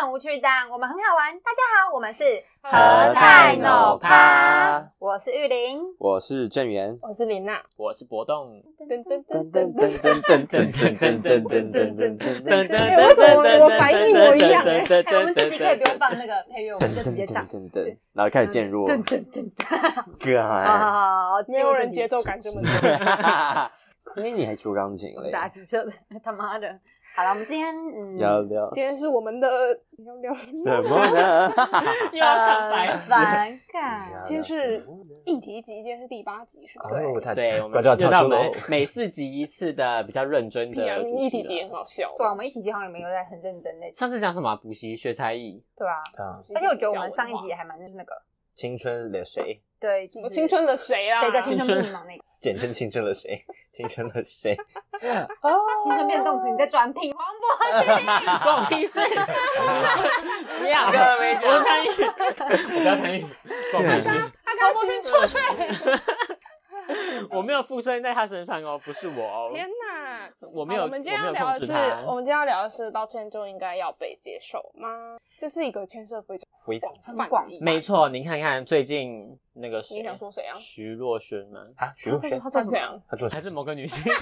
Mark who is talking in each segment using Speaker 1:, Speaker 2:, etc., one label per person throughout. Speaker 1: 很无趣，但我们很好玩。大家好，我们是
Speaker 2: 何
Speaker 3: 菜
Speaker 2: 脑
Speaker 3: 趴，
Speaker 1: 我是玉玲。
Speaker 3: 我是郑源。
Speaker 2: 我哦是林娜，
Speaker 4: 我是博栋，
Speaker 2: 噔噔
Speaker 3: 噔
Speaker 2: 噔
Speaker 3: 噔噔
Speaker 2: 噔噔。
Speaker 3: 噔噔噔噔噔噔噔噔噔噔噔。
Speaker 2: 哎为什么我反应模一样哎
Speaker 1: 哎，我们自己可以不用放那个配乐，我们就直接上。
Speaker 3: 噔噔，然后开始渐弱，
Speaker 2: 噔噔噔噔，
Speaker 1: 好好
Speaker 3: 哥，
Speaker 1: 好好，
Speaker 2: 没有人节奏感这么重。
Speaker 3: 因为你还修钢琴
Speaker 1: 我们，
Speaker 3: 嘞
Speaker 1: 打击社的，他妈的！好了，我们今天嗯，
Speaker 3: 要聊
Speaker 2: 今天是我们的聊聊 什么？
Speaker 3: 什么呢？
Speaker 4: 又
Speaker 1: 呃
Speaker 4: 要唱白痴。
Speaker 1: 反感。
Speaker 2: 今天是议题集，今天是第八集，是
Speaker 4: 哦
Speaker 2: 不对？
Speaker 3: 他
Speaker 4: 对，我们
Speaker 3: 观众
Speaker 4: 又到
Speaker 3: 跳
Speaker 4: 我
Speaker 3: 出了
Speaker 4: 们， 每四集一次的比较认真
Speaker 2: 屁啊
Speaker 4: 的，主
Speaker 2: 议
Speaker 4: 题
Speaker 2: 题集也
Speaker 4: 了
Speaker 2: 很好笑。
Speaker 1: 对啊，我们一起好像也没有在很认真的，
Speaker 4: 上次讲什么啊补习学才艺，
Speaker 1: 对啊。
Speaker 3: 啊，
Speaker 1: 而且我觉得我们上一集也还蛮就是那个，
Speaker 3: 青春了谁？
Speaker 1: 对，
Speaker 2: 什
Speaker 1: 什
Speaker 2: 么青春的谁啊？
Speaker 1: 谁的青春
Speaker 4: 青春
Speaker 1: 不迷茫那个
Speaker 3: 简称青春了谁？青春了谁？
Speaker 1: 青春变动词，你在转屁
Speaker 2: 嗯
Speaker 1: 黄渤去。
Speaker 4: 关我屁 事！不要，
Speaker 3: 根本没
Speaker 4: 我
Speaker 3: 讲
Speaker 4: 不参与，我不要参与，关我屁事！
Speaker 1: 他刚刚去出去。
Speaker 4: 我没有附身在他身上哦，不是我哦，
Speaker 2: 天哪！
Speaker 4: 我没有，
Speaker 2: 好
Speaker 4: 我没
Speaker 2: 我们
Speaker 4: 有
Speaker 2: 今天要聊
Speaker 4: 控
Speaker 2: 的
Speaker 4: 制
Speaker 2: 是，
Speaker 4: 他
Speaker 2: 我。们今天要聊的是道歉就应该要被接受吗？这是一个牵涉非常
Speaker 3: 回
Speaker 2: 广
Speaker 1: 很
Speaker 2: 泛
Speaker 1: 广
Speaker 2: 的议题。
Speaker 4: 没错，你看看最近那个谁，
Speaker 2: 你想说谁啊
Speaker 4: 徐若瑄吗？
Speaker 3: 啊，徐若瑄，
Speaker 1: 他
Speaker 2: 他这样，
Speaker 3: 他做
Speaker 4: 还是某个女 星？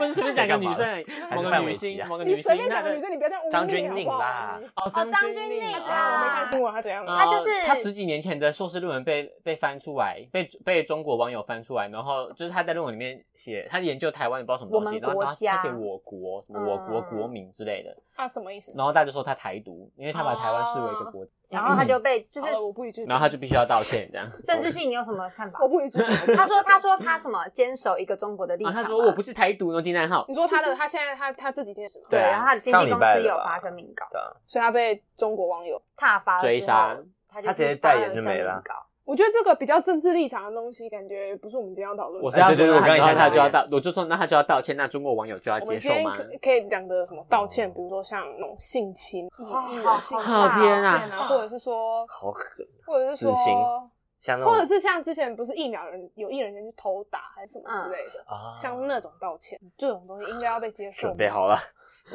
Speaker 4: 我只是讲个女生而已，
Speaker 3: 嘛了
Speaker 4: 某个女
Speaker 3: 啊
Speaker 4: 星，某个
Speaker 2: 你
Speaker 4: 女
Speaker 2: 随
Speaker 4: 星，
Speaker 2: 便
Speaker 4: 那
Speaker 2: 讲个
Speaker 4: 个
Speaker 2: 女生，你不要再污蔑
Speaker 3: 张钧甯
Speaker 2: 好不好
Speaker 3: 啦
Speaker 4: 哦，
Speaker 1: 哦张
Speaker 4: 钧
Speaker 1: 钧甯
Speaker 4: 甯
Speaker 2: 怎样？我没
Speaker 4: 啊
Speaker 2: 看新闻，她怎样？
Speaker 1: 他就是
Speaker 4: 他十几年前的硕士论文被被翻出来，被被中国网友翻出来，然后就是他在论文里面写，他研究台湾也不知道什么
Speaker 1: 我
Speaker 4: 东西，
Speaker 1: 们
Speaker 4: 然后
Speaker 1: 国
Speaker 4: 他
Speaker 1: 家
Speaker 4: 他写我国什么我国
Speaker 1: 嗯
Speaker 4: 国民之类的，
Speaker 2: 啊，什么意思？
Speaker 4: 然后大家就说他台独，因为他把台湾视为一个国家，
Speaker 1: 然后他就被就是
Speaker 2: 好哦了我不予置评，
Speaker 4: 然后他就必须要道歉这样。
Speaker 1: 政治性，你有什么看法？
Speaker 2: 我不予置 评。
Speaker 1: 他说他说他什么坚守一个中国的立
Speaker 4: 然
Speaker 1: 场嘛，
Speaker 4: 后啊他说我不是台独，然后金蛋
Speaker 3: 啊
Speaker 4: 浩
Speaker 2: 你说他的，他现在他他这几天是吗？
Speaker 1: 对，
Speaker 4: 对啊
Speaker 1: 然后他的经
Speaker 3: 上
Speaker 1: 纪
Speaker 3: 礼
Speaker 1: 公
Speaker 3: 拜
Speaker 1: 司
Speaker 3: 了
Speaker 1: 有
Speaker 3: 吧
Speaker 1: 发声明稿，
Speaker 3: 的，
Speaker 2: 所以他被中国网友。
Speaker 1: 踏伐了之后
Speaker 4: 追杀，
Speaker 1: 他就
Speaker 3: 他直接
Speaker 1: 是发
Speaker 3: 代言
Speaker 1: 了
Speaker 3: 就
Speaker 1: 声
Speaker 3: 没
Speaker 1: 明
Speaker 3: 了
Speaker 1: 稿
Speaker 2: 我觉得这个比较政治立场的东西，感觉不是我们今天要讨论的。
Speaker 4: 我是要
Speaker 3: 哎对对
Speaker 4: 说
Speaker 3: 对我
Speaker 4: 他，
Speaker 3: 刚刚也
Speaker 4: 然后他
Speaker 3: 想
Speaker 4: 就要道，我就说那他就要道歉，那中国网友就要
Speaker 2: 我
Speaker 4: 接
Speaker 2: 们今
Speaker 4: 受
Speaker 2: 天
Speaker 4: 吗？
Speaker 2: 可可以讲的什么道歉，比如说像那种性侵、
Speaker 1: 好
Speaker 2: 艺艺人性侵
Speaker 4: 好
Speaker 2: 道
Speaker 4: 天啊
Speaker 2: 歉啊，或者是说，
Speaker 3: 好狠，
Speaker 2: 或者是
Speaker 3: 死刑
Speaker 2: 说，
Speaker 3: 像那
Speaker 2: 或者
Speaker 3: 种
Speaker 2: 是像之前不是疫苗人有艺人先去偷打还是什么之类的，
Speaker 3: 啊，
Speaker 2: 像那种道歉这种东西应该要被接受。
Speaker 3: 准备。好了，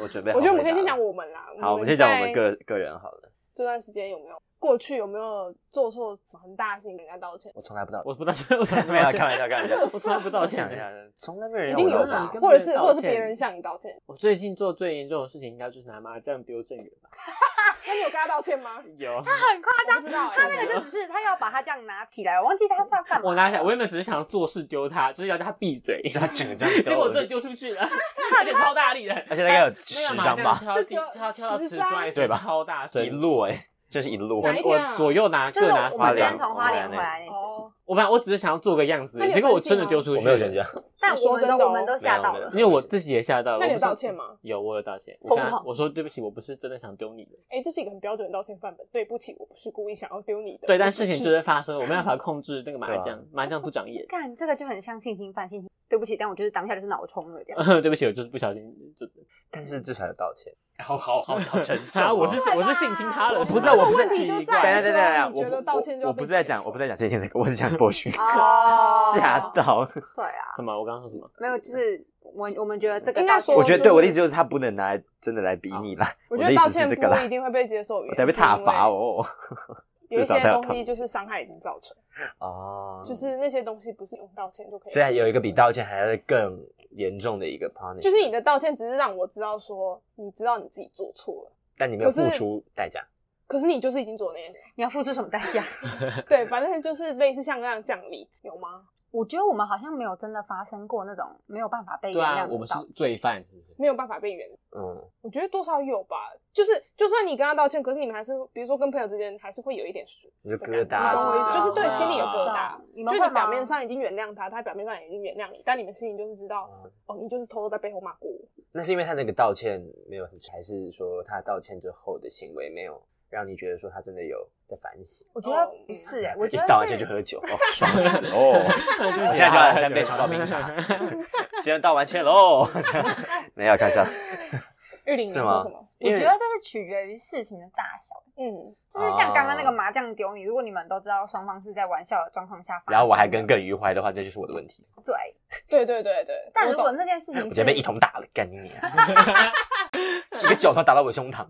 Speaker 3: 我准备好
Speaker 2: 我
Speaker 3: 回答了。
Speaker 2: 觉得我们可以先讲我们啦。
Speaker 3: 好，我们先讲我们
Speaker 2: 在
Speaker 3: 个个人好了。
Speaker 2: 这段时间有没有过去有没有做错很大的事情给人家道歉？
Speaker 3: 我从来不道
Speaker 4: 我不道歉，我从来不
Speaker 3: 没有
Speaker 4: 道
Speaker 3: 开玩
Speaker 4: 歉，
Speaker 3: 笑，开玩笑。
Speaker 4: 我从来不道
Speaker 3: 我
Speaker 4: 歉
Speaker 3: 想一
Speaker 4: 的。
Speaker 3: 下，从来没有人
Speaker 2: 一
Speaker 3: 要
Speaker 2: 定
Speaker 3: 我
Speaker 2: 有
Speaker 3: 道
Speaker 4: 啦
Speaker 3: 歉
Speaker 2: 吧
Speaker 4: 你，根本
Speaker 2: 或者是
Speaker 4: 没有
Speaker 2: 或者
Speaker 4: 道
Speaker 2: 是
Speaker 4: 歉
Speaker 2: 别人向你道歉，
Speaker 4: 我最近做最严重的事情，应该就是拿麻将丢正远吧？
Speaker 2: 那你有跟他道歉吗？
Speaker 4: 有，
Speaker 1: 他很夸
Speaker 2: 我
Speaker 1: 张，
Speaker 2: 不知道哎
Speaker 1: 他那个就只是他要把他这样拿起来，我忘记他是要干嘛。
Speaker 4: 我拿起来，我原本只是想做事丢他，就是要叫他闭 嘴，
Speaker 3: 就他整个这 样
Speaker 4: 结果我
Speaker 3: 丢
Speaker 4: 真的丢出去了，而且超大力的，
Speaker 3: 而且大概有
Speaker 4: 那个
Speaker 3: 十
Speaker 4: 麻
Speaker 3: 张吧，
Speaker 4: 将敲地
Speaker 2: 这丢
Speaker 4: 敲敲到
Speaker 2: 十
Speaker 4: 瓷
Speaker 2: 张
Speaker 4: 砖也是
Speaker 3: 对吧
Speaker 4: 超大声
Speaker 3: 一。摞哎，这是一摞。
Speaker 2: 哪一
Speaker 4: 我
Speaker 2: 天啊
Speaker 4: 左右拿
Speaker 1: 就是
Speaker 4: 各
Speaker 1: 我
Speaker 4: 拿
Speaker 1: 们
Speaker 4: 四
Speaker 1: 今天
Speaker 3: 两
Speaker 4: 张，
Speaker 1: 从花莲
Speaker 3: 我
Speaker 1: 回
Speaker 3: 拿
Speaker 1: 来那次，
Speaker 2: 哦，
Speaker 4: 我本来我只是想要做个样子
Speaker 2: 那你，有
Speaker 4: 结果我
Speaker 2: 生气
Speaker 4: 真的
Speaker 2: 吗
Speaker 4: 丢出
Speaker 3: 我
Speaker 4: 去
Speaker 3: 没有全
Speaker 4: 了，
Speaker 3: 家，
Speaker 1: 但我
Speaker 2: 说
Speaker 1: 们
Speaker 2: 真
Speaker 1: 都
Speaker 2: 的
Speaker 1: 我们
Speaker 2: 哦
Speaker 1: 都吓到
Speaker 3: 没有
Speaker 1: 了
Speaker 3: 没
Speaker 4: 因。为我自己也吓到了。
Speaker 2: 那你
Speaker 4: 我
Speaker 2: 有
Speaker 4: 不是
Speaker 2: 道歉吗？
Speaker 4: 有，我有道歉。我
Speaker 1: 疯
Speaker 4: 跟他
Speaker 1: 狂
Speaker 4: 我说对不起，我不是真的想丢你的。
Speaker 2: 哎，这是一个很标准的道歉范本。对不起，我不是故意想要丢你的。
Speaker 4: 对，
Speaker 2: 我
Speaker 4: 但
Speaker 2: 只
Speaker 4: 事情 就是发生了，我没办法控制那个麻
Speaker 3: 对啊
Speaker 4: 将，麻将不长眼。
Speaker 1: 干这个就很像性侵犯，性侵。对不起，但我就是当下就是脑冲了这 样。
Speaker 4: 对不起，我就是不小心 就
Speaker 3: 但是至少有道歉。好好好好沉重
Speaker 4: 啊！
Speaker 3: 哦。
Speaker 4: 我是我是性侵他了，
Speaker 3: 我不是我不是
Speaker 2: 问题就
Speaker 4: 奇怪
Speaker 3: 等一下等
Speaker 2: 在于
Speaker 3: 一下等一下，
Speaker 2: 你觉得道歉就要被
Speaker 3: 我我不是在讲，
Speaker 2: 接受
Speaker 3: 我不是在讲这件事，我是 讲过去
Speaker 1: 哦
Speaker 3: 吓到。
Speaker 1: 对啊，
Speaker 4: 什么？我刚刚说什么？
Speaker 1: 没有，就是我我们觉得这个
Speaker 2: 应该
Speaker 1: 道歉
Speaker 2: 说
Speaker 3: 我觉得对
Speaker 2: 就是
Speaker 3: 我的意思就是他不能拿来真的来比你啦，
Speaker 2: 我觉
Speaker 3: 的
Speaker 2: 得
Speaker 3: 意
Speaker 2: 道
Speaker 3: 思
Speaker 2: 歉
Speaker 3: 是这个啦
Speaker 2: 不一，定会被接受，
Speaker 3: 我得被
Speaker 2: 塔
Speaker 3: 挞伐。哦。
Speaker 2: 有一
Speaker 3: 至少
Speaker 2: 些
Speaker 3: 他有
Speaker 2: 东西就是伤害已经造成，
Speaker 3: 哦，
Speaker 2: 就是那些东西不是用道歉就可以。
Speaker 3: 所以有一个比道歉还要更严重的一个 punish，
Speaker 2: 就是你的道歉只是让我知道说，你知道你自己做错了，
Speaker 3: 但你没有
Speaker 2: 可
Speaker 3: 付
Speaker 2: 是
Speaker 3: 出代价。
Speaker 2: 可是你就是已经做了那 件事。
Speaker 1: 你要付出什么代价？
Speaker 2: 对，反正就是类似像那样降临，有吗？
Speaker 1: 我觉得我们好像没有真的发生过那种没有办法被原
Speaker 4: 对啊，
Speaker 1: 谅
Speaker 4: 我们
Speaker 1: 的
Speaker 4: 是
Speaker 1: 道歉。
Speaker 4: 罪犯，是不是？
Speaker 2: 没有办法被原谅。
Speaker 3: 嗯，
Speaker 2: 我觉得多少有吧，就是就算你跟他道歉，可是你们还是，比如说跟朋友之间，还是会有一点疏
Speaker 3: 你就
Speaker 2: 的
Speaker 3: 疙
Speaker 2: 感觉
Speaker 3: 瘩
Speaker 2: 你懂我意
Speaker 4: 啊
Speaker 2: 思？就是对
Speaker 4: 啊
Speaker 2: 心里有疙瘩
Speaker 1: 啊。嗯你们
Speaker 2: 就
Speaker 1: 会
Speaker 2: 你表
Speaker 1: 吗
Speaker 2: 面上已经原谅他，他表面上也已经原谅你，但你们心里就是知道，
Speaker 3: 嗯
Speaker 2: 哦，你就是偷偷在背后骂过我。
Speaker 3: 那是因为他那个道歉没有很，还是说他道歉之后的行为没有让你觉得说他真的有在反省？
Speaker 1: 我觉得
Speaker 2: 哦
Speaker 1: 不是、
Speaker 2: 嗯
Speaker 1: 欸，我觉得
Speaker 3: 一道完
Speaker 1: 是
Speaker 3: 歉就喝酒， 哦，爽死哦！我现
Speaker 4: 啊
Speaker 3: 在就要来 三 杯长岛冰茶，今天道完歉喽，没有开玩笑。
Speaker 2: 哎、玉玲，你
Speaker 3: 是
Speaker 2: 说
Speaker 3: 吗
Speaker 2: 什么？？
Speaker 1: 我
Speaker 3: 因
Speaker 1: 觉
Speaker 3: 为
Speaker 1: 得这是取决于事情的大小，
Speaker 2: 嗯，
Speaker 1: 就是像刚刚那个
Speaker 3: 啊
Speaker 1: 麻将丢你，如果你们都知道双方是在玩笑的状况下发生的，
Speaker 3: 然后我还耿耿于怀的话，这就是我的问题。
Speaker 1: 对，
Speaker 2: 对对对对。
Speaker 1: 但
Speaker 2: 我
Speaker 1: 如果
Speaker 2: 懂
Speaker 1: 那件事情
Speaker 3: 我
Speaker 1: 是
Speaker 3: 直接被一桶打了，干你娘！一个脚头打到我胸膛，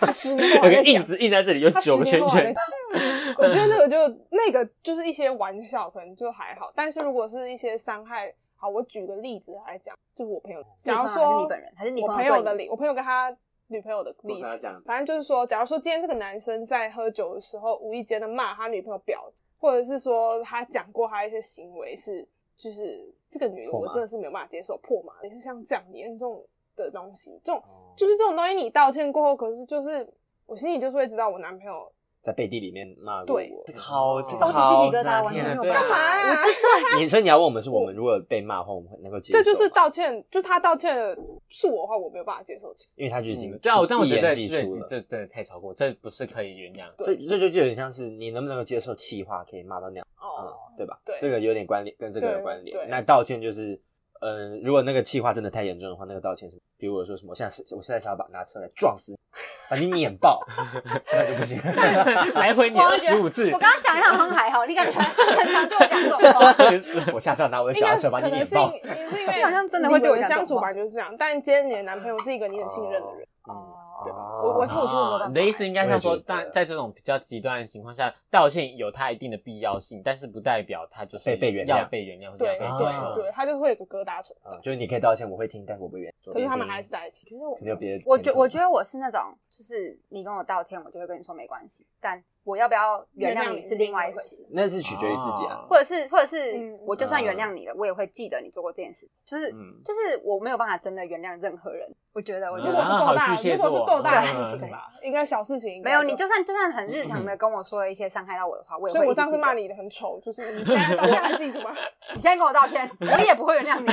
Speaker 2: 他十年后
Speaker 4: 有
Speaker 2: 还
Speaker 4: 个
Speaker 2: 在
Speaker 4: 印
Speaker 2: 讲，
Speaker 4: 子印在这里，有
Speaker 2: 他十
Speaker 4: 九个
Speaker 2: 年
Speaker 4: 圈
Speaker 2: 后还在
Speaker 4: 圈
Speaker 2: 讲。。我觉得那个就那个就是一些玩笑，可能就还好。但是如果是一些伤害，好，我举个例子来讲，就我朋友，
Speaker 1: 是你
Speaker 2: 假
Speaker 1: 朋
Speaker 2: 如
Speaker 1: 友还是
Speaker 2: 说
Speaker 1: 你本人还是你
Speaker 2: 我
Speaker 1: 朋
Speaker 2: 朋
Speaker 1: 友
Speaker 2: 友
Speaker 1: 对
Speaker 2: 的
Speaker 1: 你
Speaker 2: 例，我朋友跟他女朋友的例
Speaker 3: 我跟他
Speaker 2: 子
Speaker 3: 讲，
Speaker 2: 反正就是说，假如说今天这个男生在喝酒的时候，无意间的骂他女朋友婊子，或者是说他讲过他一些行为是，就是这个女的
Speaker 3: 破
Speaker 2: 我
Speaker 3: 马
Speaker 2: 真的是没有办法接受，破马，也是像这样严这种的东西，这种
Speaker 3: 哦
Speaker 2: 就是这种东西，你道歉过后，可是就是我心里就是会知道我男朋友
Speaker 3: 在背地里面骂过
Speaker 2: 对
Speaker 3: 我。嗯
Speaker 5: 好，这
Speaker 1: 哦
Speaker 5: 个
Speaker 1: 我起
Speaker 5: 好
Speaker 1: 鸡皮疙瘩，
Speaker 5: 难
Speaker 1: 完全
Speaker 5: 听
Speaker 1: 没有
Speaker 4: 对
Speaker 1: 办
Speaker 4: 啊
Speaker 1: 法。
Speaker 2: 干嘛啊？
Speaker 3: 你所以你要问我们是我们如果被骂的话，我们会能够接受
Speaker 2: 这
Speaker 3: 吗？
Speaker 2: 就是道歉，就是他道歉的是我的话，我没有办法接受。
Speaker 3: 因为他就已经
Speaker 4: 嗯对啊，我但我
Speaker 3: 一
Speaker 4: 觉得这
Speaker 3: 言既
Speaker 4: 这
Speaker 3: 出了。
Speaker 4: 这真的太超过，这不是可以原谅。
Speaker 3: 所以这就就有点像是你能不能够接受气话可以骂到那样，
Speaker 2: 哦，
Speaker 3: 嗯，对吧？
Speaker 2: 对
Speaker 3: 这个有点关联，跟这个有关
Speaker 2: 对
Speaker 3: 联。
Speaker 2: 对
Speaker 3: 那道歉就是，嗯，如果那个气话真的太严重的话，那个道歉是，比如我说什么，我现在是我现在想要把拿车来撞死你，把你碾爆， 那就不行。
Speaker 4: 来回你
Speaker 1: 我
Speaker 4: 二
Speaker 1: 会觉
Speaker 4: 十
Speaker 1: 得
Speaker 4: 五次
Speaker 1: 我，刚刚想一想，好像还好，你感觉很常对我讲这种 话。
Speaker 3: 我下次要拿我的
Speaker 2: 应
Speaker 3: 脚
Speaker 2: 该
Speaker 3: 踏车把
Speaker 2: 可
Speaker 3: 你
Speaker 2: 能
Speaker 3: 碾
Speaker 2: 是
Speaker 3: 爆。
Speaker 2: 因也是因 为
Speaker 1: 你好像真的会对我
Speaker 2: 你们
Speaker 1: 讲这
Speaker 2: 相
Speaker 1: 种
Speaker 2: 处
Speaker 1: 话
Speaker 2: 吧，就是这样。但今天你的男朋友是一个你很信任的人，
Speaker 1: 哦，我
Speaker 3: 我
Speaker 1: 我是我觉得我没有办法。
Speaker 4: 啊你的意思应该是
Speaker 3: 我
Speaker 4: 说，
Speaker 3: 也觉得
Speaker 4: 但在这种比较极端的情况下，道歉有它一定的必要性，但是不代表它就是
Speaker 3: 被被原谅
Speaker 4: 要被原谅或者
Speaker 2: 对
Speaker 4: 要被接
Speaker 3: 啊
Speaker 4: 受。
Speaker 2: 对对，他就是会有个疙瘩存
Speaker 4: 嗯
Speaker 2: 在。
Speaker 3: 嗯就是你可以道歉，我会听，但我不愿意做
Speaker 2: 可
Speaker 3: 别的原
Speaker 2: 是
Speaker 3: 因。
Speaker 2: 他们还是在一起。
Speaker 1: 其实我
Speaker 3: 肯定有别的
Speaker 1: 我
Speaker 3: 偏
Speaker 1: 觉
Speaker 3: 袒
Speaker 1: 我觉得我是那种，就是你跟我道歉，我就会跟你说没关系，但我要不要原谅
Speaker 2: 原谅
Speaker 1: 你
Speaker 2: 你
Speaker 1: 是另外一回事。
Speaker 3: 那是取决于自己
Speaker 4: 哦
Speaker 3: 啊。
Speaker 1: 或者是，或者是
Speaker 2: 嗯，
Speaker 1: 我就算原谅你了，我也会记得你做过这件事。就是，
Speaker 4: 嗯
Speaker 1: 就是我没有办法真的原谅任何人。我觉得，我觉
Speaker 2: 如
Speaker 1: 得
Speaker 2: 果
Speaker 1: 我
Speaker 2: 是
Speaker 1: 是
Speaker 4: 啊
Speaker 2: 够大，
Speaker 4: 好巨蟹
Speaker 2: 如
Speaker 4: 座
Speaker 2: 果
Speaker 4: 啊
Speaker 2: 是够大
Speaker 1: 对
Speaker 2: 的事情吧，应该小事情应该
Speaker 1: 嗯没有你，就算就算很日常的跟我说了一些伤害到我的话，我也会。
Speaker 2: 所以我上次骂，你的很丑，就是你现在到现在还记住吗？
Speaker 1: 你现在跟我道 歉，我也不会原谅 你。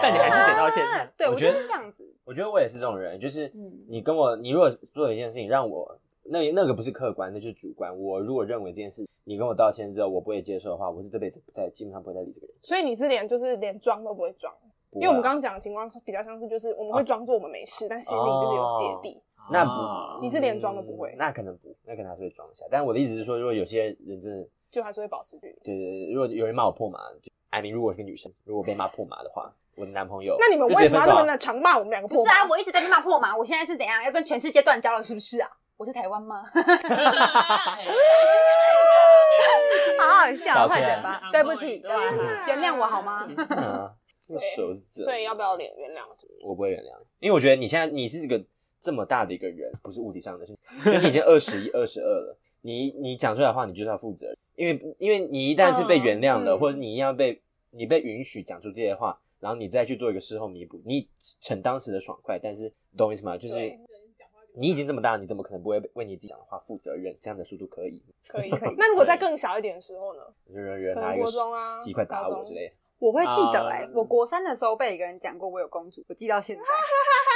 Speaker 4: 但你还是得道歉。
Speaker 1: 啊对，我
Speaker 3: 我
Speaker 1: 就
Speaker 3: 觉
Speaker 1: 是
Speaker 3: 得
Speaker 1: 这样子。
Speaker 3: 我觉得我也是这种人，就是
Speaker 1: 嗯
Speaker 3: 你跟我，你如果做一件事情让我，那那个不是客观，那就是主观。我如果认为这件事，你跟我道歉之后，我不会接受的话，我是这辈子不再基本上不会再理这个人。
Speaker 2: 所以你是连就是连装都不会装，
Speaker 3: 不
Speaker 2: 因
Speaker 3: 会啊
Speaker 2: 为我们刚刚讲的情况是比较像是就是我们会装作我们没事，但心里就是有芥蒂。
Speaker 1: 哦
Speaker 3: 那不
Speaker 4: 啊
Speaker 2: 你是连装都不会
Speaker 3: 嗯那可能不，那可能还是会装一下。但我的意思是说，如果有些人真的，
Speaker 2: 就还是会保持距离。
Speaker 3: 对对对，如果有人骂我破马，就艾明，如果我是个女生，如果我被骂破马的话，我的男朋友，
Speaker 2: 那你们
Speaker 3: 就
Speaker 2: 为
Speaker 3: 直接
Speaker 2: 什么要
Speaker 3: 分手啊
Speaker 2: 那么的常骂我们两个
Speaker 1: 不
Speaker 2: 破
Speaker 1: 是啊，
Speaker 2: 马？
Speaker 1: 我一直在被骂破嘛，我现在是怎样？要跟全世界断交了，是不是啊？我是台湾 吗？好好笑，
Speaker 3: 道歉
Speaker 1: 快点吧！对不起，对不起，原谅我好吗？
Speaker 3: 啊，那手是这样，
Speaker 2: 所以要不要脸原谅？
Speaker 3: 我不会原谅，因为我觉得你现在你是个这么大的一个人，不是物理上的，是就你已经二十一、二十二了，你你讲出来的话，你就是要负责，因为因为你一旦是被原谅了，
Speaker 2: 嗯嗯
Speaker 3: 或者你一样被你被允许讲出这些话，然后你再去做一个事后弥补，你逞当时的爽快，但是懂我意思吗？就是
Speaker 2: 对
Speaker 3: 你已经这么大，你怎么可能不会为你自己讲的话负责任？这样的速度可以，
Speaker 2: 可以可以。那如果再更小一点的时候呢？
Speaker 3: 有人有人
Speaker 2: 可能
Speaker 3: 拿一个
Speaker 2: 国中啊
Speaker 3: 鸡块打
Speaker 2: 高
Speaker 3: 我
Speaker 2: 中
Speaker 3: 之类的，
Speaker 1: 我会记得哎、
Speaker 4: 啊
Speaker 1: 我国三的时候被一个人讲过我有公主，我记到现在，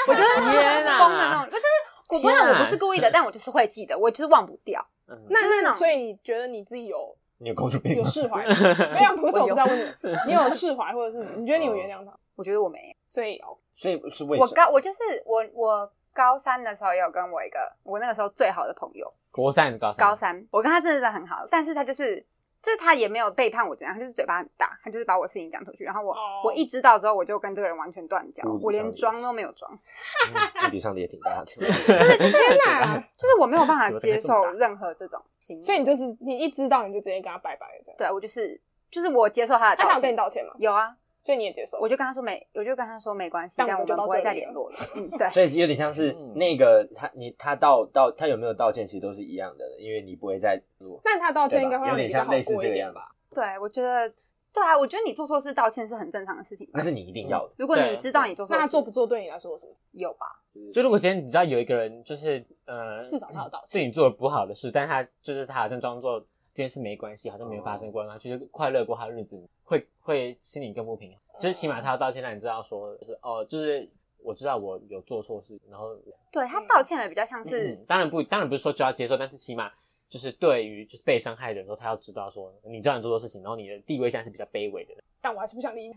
Speaker 1: 我觉得是
Speaker 4: 天
Speaker 2: 啊
Speaker 4: 哪
Speaker 1: 疯的那种，就是我不
Speaker 4: 天
Speaker 1: 然
Speaker 4: 哪
Speaker 1: 我不是故意的，但我就是会记得，我就是忘不掉。
Speaker 2: 那
Speaker 1: 就是那
Speaker 2: 那
Speaker 1: 种
Speaker 2: 所以你觉得你自己 有
Speaker 3: 你有公主病
Speaker 2: 有
Speaker 3: 吗？
Speaker 2: 释怀吗？没有，不是
Speaker 1: 我有
Speaker 2: 我不是要问你，你有释怀或者是你觉得你有原谅他？
Speaker 1: 我觉得我没
Speaker 2: 所以哦
Speaker 3: 所以是为
Speaker 1: 有，我
Speaker 3: 什么？
Speaker 1: 高我就是我我高三的时候也有跟我一个我那个时候最好的朋友，
Speaker 4: 国三还是高三？
Speaker 1: 高三，我跟他真的是很好，但是他就是。就是他也没有背叛我怎样，他就是嘴巴很大，他就是把我事情讲出去，然后我、
Speaker 2: 哦
Speaker 1: 我一知道之后，我就跟这个人完全断交
Speaker 3: 故意，
Speaker 1: 我
Speaker 3: 伤
Speaker 1: 连
Speaker 3: 你
Speaker 1: 装都没有装，
Speaker 3: 物理上的也挺大的。
Speaker 2: 天哪！
Speaker 1: 就是我没有办
Speaker 4: 怎
Speaker 1: 法
Speaker 4: 么这么
Speaker 1: 接受
Speaker 4: 大
Speaker 1: 任何这种行为。
Speaker 2: 所以你就是你一知道你就直接跟他拜拜了这样。
Speaker 1: 对我就是就是我接受他的
Speaker 2: 那他
Speaker 1: 道
Speaker 2: 有跟
Speaker 1: 歉，
Speaker 2: 你道歉吗？
Speaker 1: 有啊，
Speaker 2: 所以你也接受？
Speaker 1: 我就跟他说没，我就跟他说没关系，
Speaker 2: 但
Speaker 1: 但
Speaker 2: 我
Speaker 1: 我
Speaker 2: 们就
Speaker 1: 们
Speaker 2: 到
Speaker 1: 不会
Speaker 2: 这
Speaker 1: 再
Speaker 2: 里
Speaker 1: 联
Speaker 2: 了
Speaker 1: 络了。嗯，
Speaker 2: 哎
Speaker 1: 对，
Speaker 3: 所以有点像是
Speaker 4: 嗯
Speaker 3: 那个他你他道道他有没有道歉，其实都是一样的，因为你不会再录，
Speaker 2: 那他道歉应该会
Speaker 3: 有
Speaker 2: 让你
Speaker 3: 点
Speaker 2: 比较
Speaker 3: 像
Speaker 2: 好
Speaker 3: 类似
Speaker 2: 过
Speaker 3: 这
Speaker 2: 一
Speaker 3: 个
Speaker 2: 点
Speaker 3: 样？吧。
Speaker 1: 对我觉得对啊，我觉得你做错事道歉是很正常的事情吧
Speaker 3: 那。是你一定要的，
Speaker 1: 如果你
Speaker 4: 对
Speaker 1: 知道你做错
Speaker 2: 那
Speaker 1: 事，
Speaker 2: 他做不做对你来说有什么？
Speaker 1: 有吧？
Speaker 4: 就如果今天你知道有一个人，就是呃，
Speaker 2: 至少他有道歉
Speaker 4: 是你做的不好的事，但他就是他好像装作这件事没关系，好像没发生过，然后就是快乐过他的日子，会会心里更不平衡。就是起码他要道歉，让你知道说，就是哦，就是我知道我有做错事，然后
Speaker 1: 对他
Speaker 2: 嗯
Speaker 1: 道歉的比较像是、
Speaker 4: 嗯当然不当然不是说就要接受，但是起码就是对于就是被伤害的人说，他要知道说你知道你做错事情，然后你的地位现在是比较卑微的，
Speaker 2: 但我还是不想理你。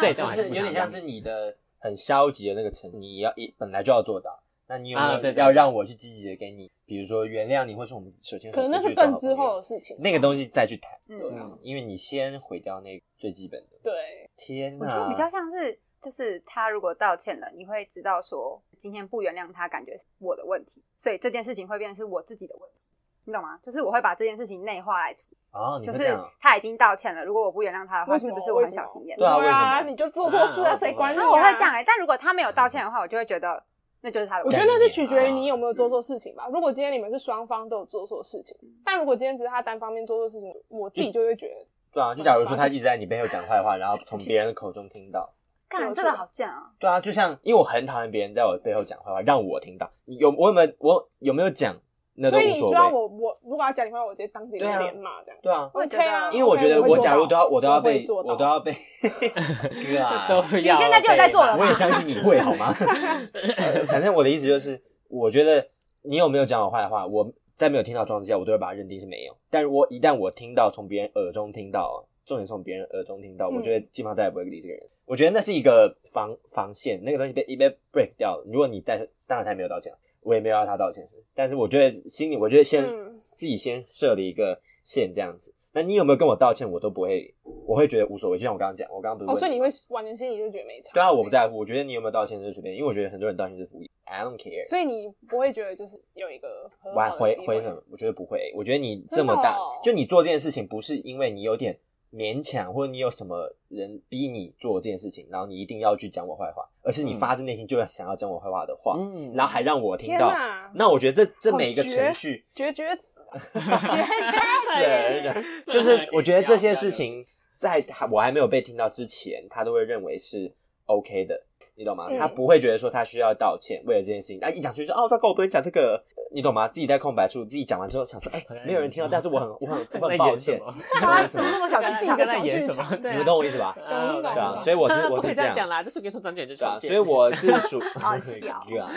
Speaker 4: 对，
Speaker 3: 就
Speaker 4: 但我还
Speaker 3: 是
Speaker 4: 不
Speaker 3: 有点
Speaker 4: 想
Speaker 3: 像是你的很消极的那个层，你要一本来就要做到。那你有没
Speaker 4: 啊对
Speaker 3: 有
Speaker 4: 对对
Speaker 3: 要让我去积极的给你，比如说原谅你，或是我们手牵手
Speaker 2: 可能那
Speaker 3: 出去
Speaker 2: 是更
Speaker 3: 找
Speaker 2: 之
Speaker 3: 朋友
Speaker 2: 后的事情。
Speaker 3: 那个东西再去谈，
Speaker 1: 嗯，
Speaker 4: 啊
Speaker 3: 因为你先毁掉那个最基本的。
Speaker 2: 对，
Speaker 3: 天
Speaker 1: 我觉得比较
Speaker 3: 哪！
Speaker 1: 像是，就是他如果道歉了，你会知道说今天不原谅他，感觉是我的问题，所以这件事情会变成是我自己的问题，你懂吗？就是我会把这件事情内化来处理，
Speaker 3: 哦，你
Speaker 1: 就
Speaker 3: 会这
Speaker 1: 是
Speaker 3: 样，
Speaker 1: 他已经道歉了，如果我不原谅他的话，
Speaker 2: 为什
Speaker 1: 是
Speaker 2: 么？
Speaker 1: 不是我
Speaker 2: 为
Speaker 1: 很
Speaker 2: 什
Speaker 1: 小
Speaker 2: 么
Speaker 1: 心眼？
Speaker 3: 对啊为
Speaker 2: 啊，
Speaker 3: 什么
Speaker 2: 你就做错事啊，
Speaker 4: 啊
Speaker 2: 谁管你
Speaker 1: 那
Speaker 2: 啊？
Speaker 1: 我会这样哎、但如果他没有道歉的话，我就会觉得那就是他的
Speaker 2: 我
Speaker 1: 问
Speaker 2: 觉
Speaker 1: 题。
Speaker 2: 得那
Speaker 3: 概
Speaker 2: 是
Speaker 3: 念
Speaker 2: 取决于
Speaker 4: 啊
Speaker 2: 你有没有做错事情吧。如果今天你们是双方都有做错事情，
Speaker 1: 嗯
Speaker 2: 但如果今天只是他单方面做错事情，我自己就会觉得
Speaker 3: 对啊，就假如说他一直在你背后讲坏话，然后从别人的口中听到，
Speaker 1: 干这个好贱 啊！
Speaker 3: 对啊，就像因为我很讨厌别人在我背后讲坏话，让我听到，你有我有没有我有没有讲，那都
Speaker 2: 所以
Speaker 3: 无
Speaker 2: 你
Speaker 3: 所
Speaker 2: 希望
Speaker 3: 谓。
Speaker 2: 我我如果要讲你坏话，我直接当着你的
Speaker 3: 对啊
Speaker 2: 脸骂这样。
Speaker 3: 对啊，
Speaker 1: 我也觉
Speaker 2: OK 啊，
Speaker 1: 得
Speaker 3: 因为我觉得
Speaker 2: 我
Speaker 3: 我假如都要我都要被
Speaker 2: 我
Speaker 3: 我都要被， 哥啊，
Speaker 4: 都要。
Speaker 1: 你现在就有在做了
Speaker 3: 我也相信你会好 吗？ 反正我的意思就是，我觉得你有没有讲我坏话，我在没有听到状况之下，我都会把它认定是没有。但如果一旦我听到从别人耳中听到，重点是从别人耳中听到，
Speaker 2: 嗯
Speaker 3: 我觉得基本上再也不会理这个人。我觉得那是一个防防线，那个东西被一被 break 掉了。如果你在，当然他也没有道歉，我也没有要他道歉，但是我觉得心里，我觉得先、
Speaker 2: 嗯
Speaker 3: 自己先设了一个线这样子。那你有没有跟我道歉，我都不会，我会觉得无所谓。就像我刚刚讲，我刚刚不是
Speaker 2: 哦，
Speaker 3: 问
Speaker 2: 所以你会完全心里就觉得没差。
Speaker 3: 对啊，我不在乎，我觉得你有没有道歉就是随便，因为我觉得很多人道歉是服役，I don't care。
Speaker 2: 所以你不会觉得就是有一个和
Speaker 3: 挽
Speaker 2: 好的
Speaker 3: 回
Speaker 2: 机
Speaker 3: 回呢？我觉得不会，我觉得你这么
Speaker 2: 真的
Speaker 3: 大
Speaker 2: 哦，
Speaker 3: 就你做这件事情不是因为你有点勉强，或者你有什么人逼你做这件事情，然后你一定要去讲我坏话，而是你
Speaker 4: 嗯
Speaker 3: 发自内心就要想要讲我坏话的话，
Speaker 4: 嗯
Speaker 3: 然后还让我听
Speaker 2: 天
Speaker 3: 到。
Speaker 2: 哪，
Speaker 3: 那我觉得这这
Speaker 2: 好
Speaker 3: 每一个
Speaker 2: 绝
Speaker 3: 程序，
Speaker 2: 绝绝子啊，
Speaker 3: 对就这样就是我觉得这些事，情在还我还没有被听到之前，他都会认为是 OK 的，你懂吗？
Speaker 2: 嗯
Speaker 3: 他不会觉得说他需要道歉，为了这件事情，啊，一讲出去说哦，糟糕，我不能讲这个，呃你懂吗？自己在空白处，自己讲完之后想说，哎、没有人听到，但是我很我很我很抱歉，
Speaker 1: 他怎么 那么小
Speaker 4: 刚
Speaker 1: 气
Speaker 4: 才
Speaker 1: 场
Speaker 4: 刚？才演什么？
Speaker 2: 对啊
Speaker 3: 你们 懂我意思吧？
Speaker 2: 懂懂
Speaker 3: 对啊
Speaker 2: 懂，
Speaker 3: 所以我是
Speaker 4: 不
Speaker 3: 我
Speaker 4: 可
Speaker 3: 是
Speaker 4: 以
Speaker 3: 这
Speaker 4: 再
Speaker 3: 样
Speaker 4: 讲，啦，这是给出转点就
Speaker 3: 对啊
Speaker 4: 转，
Speaker 3: 所以我是属
Speaker 1: 好 笑
Speaker 3: Yeah，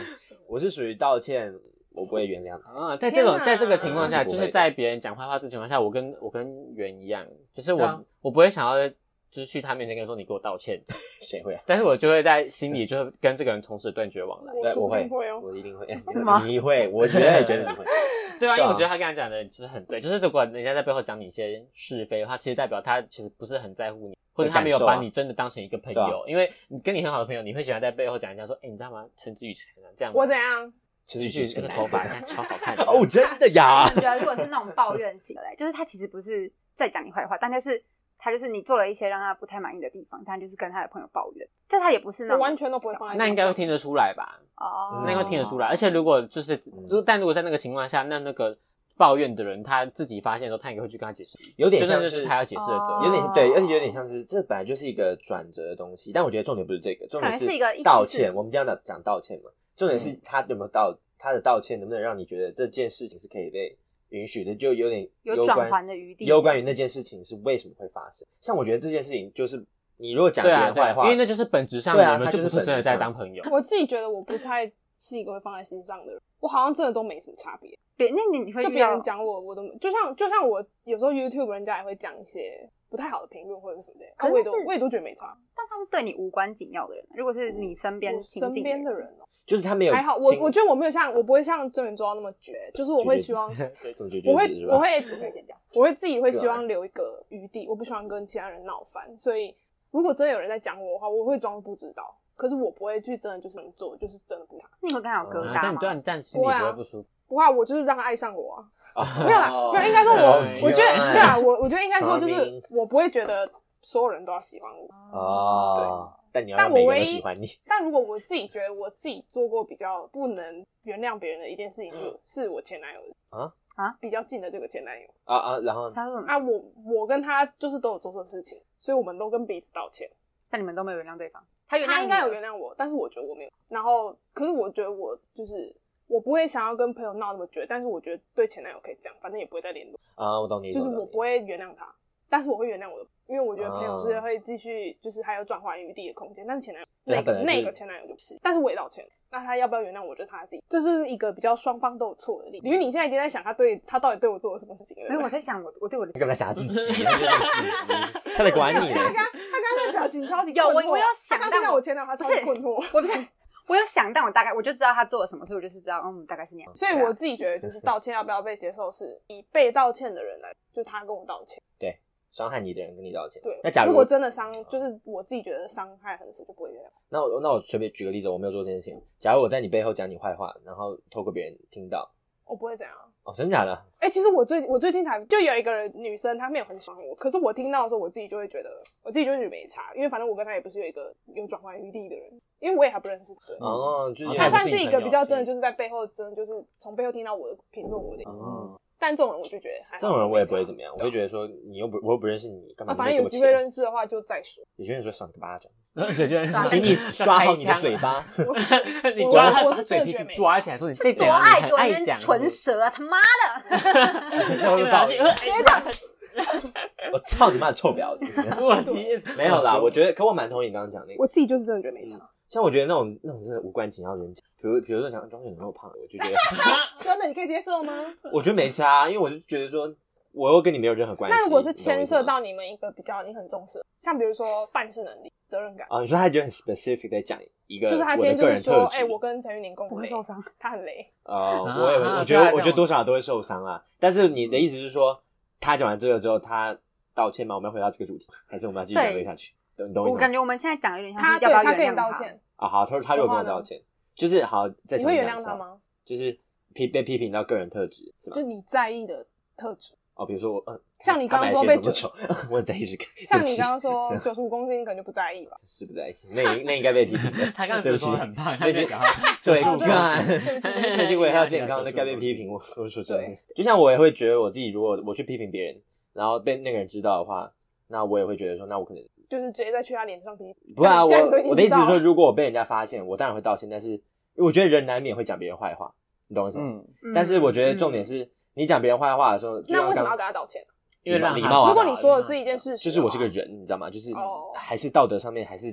Speaker 3: 我是属于道歉，我不会原谅他。
Speaker 4: 啊，在这种
Speaker 2: 天哪
Speaker 4: 在这个情况下，
Speaker 3: 我是
Speaker 4: 就
Speaker 3: 不会
Speaker 4: 是在别人讲坏话的情况下，我跟我跟袁一样，就是
Speaker 3: 对啊
Speaker 4: 我我不会想要就是去他面前跟他说你给我道歉，
Speaker 3: 谁会啊？
Speaker 4: 但是我就会在心里就是跟这个人从此断绝往来。
Speaker 2: 我
Speaker 3: 对，我
Speaker 2: 说不
Speaker 3: 会
Speaker 2: 定，会哦。
Speaker 3: 我一定会。
Speaker 1: 是吗
Speaker 3: 你会？我觉得也觉得你会。
Speaker 4: 对啊，因为
Speaker 3: 对啊
Speaker 4: 我觉得他刚才讲的就是很对，就是如果人家在背后讲你一些是非的话，其实代表他其实不是很在乎你，或者他没有
Speaker 3: 感受啊
Speaker 4: 把你真的当成一个朋
Speaker 3: 对啊
Speaker 4: 友，因为你跟你很好的朋友，你会喜欢在背后讲人家说，哎、你知道吗？陈志宇陈啊这样，
Speaker 2: 我怎样？
Speaker 3: 其
Speaker 4: 就
Speaker 3: 实
Speaker 4: 是就是头 发现在超好看的
Speaker 3: 哦，真的呀
Speaker 1: 我？觉得如果是那种抱怨型的嘞，就是他其实不是在讲你坏话，但就是他就是你做了一些让他不太满意的地方，但就是跟他的朋友抱怨，这他也不是那
Speaker 2: 我
Speaker 1: 种
Speaker 2: 完全都不会放在心上。
Speaker 4: 那应该会听得出来吧？
Speaker 1: 哦，
Speaker 4: 那应该听得出来。而
Speaker 1: 且
Speaker 4: 且如果就是
Speaker 3: 啊嗯，
Speaker 4: 如但如果在那个情况下，那那个抱怨的人他自己发现的时候，他应该会去跟他解释，
Speaker 3: 有点
Speaker 4: 就
Speaker 3: 像
Speaker 4: 是
Speaker 3: 是
Speaker 4: 他要解释的责
Speaker 1: 哦
Speaker 4: 任。
Speaker 3: 有点对，而且有点像是这本来就是一个转折的东西，但我觉得重点不是这个，重点
Speaker 1: 可能是一个一
Speaker 3: 道
Speaker 1: 就是
Speaker 3: 歉。我们今天讲讲道歉嘛，重点
Speaker 4: 嗯
Speaker 3: 是他有没有道，他的道歉能不能让你觉得这件事情是可以被允许的，就有点
Speaker 1: 有
Speaker 3: 攸
Speaker 1: 转圜
Speaker 3: 关
Speaker 1: 的余地
Speaker 3: 攸关于那件事情是为什么会发生。像我觉得这件事情就是你如果讲
Speaker 4: 对
Speaker 3: 别
Speaker 4: 啊，
Speaker 3: 人
Speaker 4: 对
Speaker 3: 坏
Speaker 4: 啊
Speaker 3: 话，
Speaker 4: 因为那就是本质上你
Speaker 3: 对啊
Speaker 4: 们
Speaker 3: 他
Speaker 4: 就
Speaker 3: 就是
Speaker 4: 不是真的在当朋友。
Speaker 2: 我自己觉得我不太是一个会放在心上的人，我好像真的都没什么差别。
Speaker 1: 别那你你会
Speaker 2: 就
Speaker 1: 遇
Speaker 2: 别人
Speaker 1: 到
Speaker 2: 讲我，我都就像就像我有时候 YouTube 人家也会讲一些不太好的评论或者是什么的，
Speaker 1: 可
Speaker 2: 啊
Speaker 1: 是
Speaker 2: 我也都
Speaker 1: 是
Speaker 2: 我也都觉得没差。
Speaker 1: 但他是对你无关紧要的人，如果是你身边
Speaker 2: 我身
Speaker 1: 亲近
Speaker 2: 边
Speaker 1: 的
Speaker 2: 的人哦，
Speaker 3: 就是他没有
Speaker 2: 还好，我
Speaker 3: 亲
Speaker 2: 我觉得我没有像我不会像真人做到那么绝，就是我会希望，
Speaker 3: 怎么觉得
Speaker 2: 我
Speaker 3: 是
Speaker 2: 会
Speaker 3: 吧
Speaker 2: 我会
Speaker 1: 可以剪掉
Speaker 2: 我会自己会
Speaker 3: 对啊
Speaker 2: 希望留一个余地，我不喜欢跟其他人闹翻，所以如果真的有人在讲我的话，我会装不知道，可是我不会去真的就是这么做，就是真的不谈。
Speaker 1: 你会跟他有疙
Speaker 4: 啊这
Speaker 1: 瘩
Speaker 4: 样
Speaker 1: 吗？
Speaker 4: 对啊，你但心里不会不舒服。
Speaker 2: 不会啊，我就是让他爱上我啊！
Speaker 3: 啊
Speaker 2: 没有啦，没有，应该说
Speaker 4: 哎
Speaker 2: 我，我觉得
Speaker 3: 哎
Speaker 2: 没有啊，我我觉得应该说就
Speaker 3: 小明
Speaker 2: 是我不会觉得所有人都要喜欢我，
Speaker 3: 哦，但你要
Speaker 2: 但
Speaker 3: 让
Speaker 2: 我
Speaker 3: 每个人
Speaker 2: 唯
Speaker 3: 都
Speaker 2: 一
Speaker 3: 喜欢你，
Speaker 2: 但如果我自己觉得我自己做过比较不能原谅别人的一件事情，就是我前男友
Speaker 3: 啊
Speaker 1: 啊
Speaker 2: 比较近的这个前男友
Speaker 3: 啊啊，然后
Speaker 1: 他说什么？
Speaker 2: 啊，我我跟他就是都有做错事情，所以我们都跟彼此道歉。
Speaker 1: 但你们都没有原谅对方，他原谅
Speaker 2: 他应该有原
Speaker 1: 谅，
Speaker 2: 谅我，但是我觉得我没有。然后，可是我觉得我就是我不会想要跟朋友闹那么绝，但是我觉得对前男友可以这样，反正也不会再联络，
Speaker 3: 啊，我懂你，
Speaker 2: 就是
Speaker 3: 懂你
Speaker 2: 我不会原谅他，但是我会原谅我的。因为我觉得朋友是
Speaker 3: 啊
Speaker 2: 会继续，就是还有转换余地的空间。但是前男友
Speaker 3: 对
Speaker 2: 那
Speaker 3: 他
Speaker 2: 个
Speaker 3: 本来就
Speaker 2: 那
Speaker 3: 是
Speaker 2: 个前男友就不是，但是我也道歉。那他要不要原谅我，就是他自己。这是一个比较双方都有错的例子。因为你现在已经在想他对他到底对我做了什么事情了。
Speaker 1: 没有，我在想我我对我的
Speaker 3: 你干嘛想他自 己？他就是自己他得管你。
Speaker 2: 他刚他刚刚的表情超级
Speaker 1: 有我
Speaker 2: 困惑啊
Speaker 1: 我有想
Speaker 2: 他刚
Speaker 1: 但
Speaker 2: 听到
Speaker 1: 我
Speaker 2: 我前男友，他超级困惑。
Speaker 1: 我不是我有想，但我大概我就知道他做了什么，所以我就是知道，嗯，大概是那样。
Speaker 2: 所
Speaker 3: 啊
Speaker 2: 以我自己觉得，就是道歉要不要被接受，是以被道歉的人来，就他跟我道歉。
Speaker 3: 伤害你的人跟你道歉。
Speaker 2: 对，
Speaker 3: 那假
Speaker 2: 如
Speaker 3: 如
Speaker 2: 果真的伤，就是我自己觉得伤害很深，就不会原谅。
Speaker 3: 那我那我随便举个例子，我没有做这件事情。假如我在你背后讲你坏话，然后透过别人听到，
Speaker 2: 我不会这样。啊
Speaker 3: 哦，真假的？
Speaker 2: 哎、其实我最我最近才就有一个人女生，她没有很喜欢我，可是我听到的时候，我自己就会觉得，我自己就会觉得没差，因为反正我跟她也不是有一个有转换余地的人，因为我也还不认识她。对，
Speaker 4: 嗯
Speaker 3: 哦，就是
Speaker 4: 哦他
Speaker 2: 她算
Speaker 4: 也不
Speaker 2: 是
Speaker 4: 是
Speaker 2: 一
Speaker 4: 你朋
Speaker 2: 个比
Speaker 4: 友
Speaker 2: 较
Speaker 4: 是
Speaker 2: 真的，就是在背后真的就是从背后听到我的评论我的，
Speaker 4: 嗯
Speaker 3: 哦，
Speaker 2: 但这种人我就觉得还好
Speaker 3: 这种人我也不会怎么样，我
Speaker 2: 对啊
Speaker 3: 会觉得说你又不我又不认识你，干嘛
Speaker 2: 啊，
Speaker 3: 你
Speaker 2: 反
Speaker 3: 会
Speaker 2: 正
Speaker 3: 给
Speaker 2: 有
Speaker 3: 我
Speaker 2: 机
Speaker 3: 钱？
Speaker 2: 会认识的话就再说。
Speaker 3: 有些人说赏个 巴掌，
Speaker 4: 然后有些人说
Speaker 3: 请你刷好你的嘴，巴。
Speaker 4: 你抓他
Speaker 2: 我
Speaker 4: 把他嘴皮子抓起来，说你这
Speaker 1: 多
Speaker 4: 讲啊
Speaker 1: 爱
Speaker 4: 你很
Speaker 1: 给我那
Speaker 4: 爱
Speaker 1: 边
Speaker 4: 讲，
Speaker 1: 唇舌啊，他妈的！
Speaker 2: 啊
Speaker 3: 然后我就爆了我操你妈的臭婊 子！
Speaker 4: 我天，
Speaker 3: 没有
Speaker 4: 嗯
Speaker 3: 啦，我觉得，可我蛮同意你刚刚讲那个。
Speaker 2: 我自己就是真的觉得没差，
Speaker 3: 像我觉得那种那种真的无关紧要的人，比如比如说想装有那么胖，我就觉得
Speaker 2: 真的你可以接受吗？
Speaker 3: 我觉得没差啊，因为我就觉得说我又跟你没有任何关系。
Speaker 2: 那如果是
Speaker 3: 你懂我
Speaker 2: 牵
Speaker 3: 意思吗
Speaker 2: 涉到你们一个比较你很重视的，像比如说办事能力、责任感，
Speaker 3: 啊，你说他觉得很 specific 在讲一个
Speaker 2: 就是他
Speaker 3: 我
Speaker 2: 今
Speaker 3: 的
Speaker 2: 天就
Speaker 3: 个
Speaker 2: 是
Speaker 3: 人
Speaker 2: 说
Speaker 3: 特，
Speaker 2: 哎、
Speaker 3: 质，
Speaker 2: 我跟陈玉宁
Speaker 1: 我
Speaker 2: 共
Speaker 1: 会
Speaker 2: 累，
Speaker 1: 受伤，
Speaker 2: 他很累。
Speaker 3: 呃，
Speaker 4: 啊
Speaker 3: 我也
Speaker 4: 啊
Speaker 3: 我觉
Speaker 4: 对啊
Speaker 3: 得我
Speaker 4: 这种
Speaker 3: 觉得多少都会受伤啊。但是你的意思是说，他讲完这个之后，他道歉吗？我们要回到这个主题，还是我们要继续讲这个下去？懂你懂
Speaker 1: 我
Speaker 3: 意思
Speaker 1: 感
Speaker 3: 吗？
Speaker 1: 觉我们现在讲的有点像
Speaker 2: 他
Speaker 1: 是要
Speaker 2: 对
Speaker 1: 不要
Speaker 2: 跟
Speaker 1: 原
Speaker 2: 你
Speaker 1: 谅
Speaker 2: 道歉，
Speaker 3: 啊，好，他说他如果跟
Speaker 2: 的话
Speaker 3: 我
Speaker 2: 呢
Speaker 3: 道歉，就是好，再
Speaker 2: 你
Speaker 3: 重
Speaker 2: 会
Speaker 3: 新
Speaker 2: 原
Speaker 3: 讲
Speaker 2: 谅
Speaker 3: 一次
Speaker 2: 他
Speaker 3: 啊？
Speaker 2: 吗？
Speaker 3: 就是批被批评到个人特质是吧
Speaker 2: 就？你在意的特质，
Speaker 3: 哦，比如说我，嗯，
Speaker 2: 像你
Speaker 3: 他
Speaker 2: 刚刚
Speaker 3: 买
Speaker 2: 说
Speaker 3: 鞋
Speaker 2: 被
Speaker 3: 子不
Speaker 2: 指
Speaker 3: 丑， 我很在意这个，
Speaker 2: 像
Speaker 3: 对不
Speaker 2: 你
Speaker 3: 起
Speaker 2: 刚刚说
Speaker 3: 是啊
Speaker 2: 九十五公斤，你可能就不在意吧？
Speaker 3: 是不在意，那那应该被批评的。
Speaker 4: 他刚刚
Speaker 3: 对不
Speaker 4: 说很
Speaker 3: 起，
Speaker 4: 胖，他在讲话，
Speaker 3: 对，
Speaker 4: 95
Speaker 2: 公
Speaker 3: 看
Speaker 2: 斤哦对不起对不起
Speaker 3: 那 些为了要健康，那该被批评。我我说真的
Speaker 2: 对，
Speaker 3: 就像我也会觉得我自己，如果我去批评别人，然后被那个人知道的话，那我也会觉得说，那我可能
Speaker 2: 就是直接再去他脸上踢。
Speaker 3: 不然啊，
Speaker 2: 这样
Speaker 3: 我我的意思是，
Speaker 2: 这样你都已经知道
Speaker 3: 说，
Speaker 2: 了
Speaker 3: 如果我被人家发现，我当然会道歉，但是因为我觉得人难免会讲别人坏话，你懂我意思吗？
Speaker 4: 嗯，
Speaker 1: 嗯
Speaker 3: 但是我觉得重点是你讲别人坏话的时候，就
Speaker 2: 嗯那为什
Speaker 3: 像
Speaker 2: 么
Speaker 3: 刚
Speaker 2: 要跟他道歉？
Speaker 4: 因为让他
Speaker 3: 礼貌啊
Speaker 2: 如果你说的是一件事实，
Speaker 3: 就是我是个，人，你知道吗？就是
Speaker 2: 哦
Speaker 3: 还是道德上面还是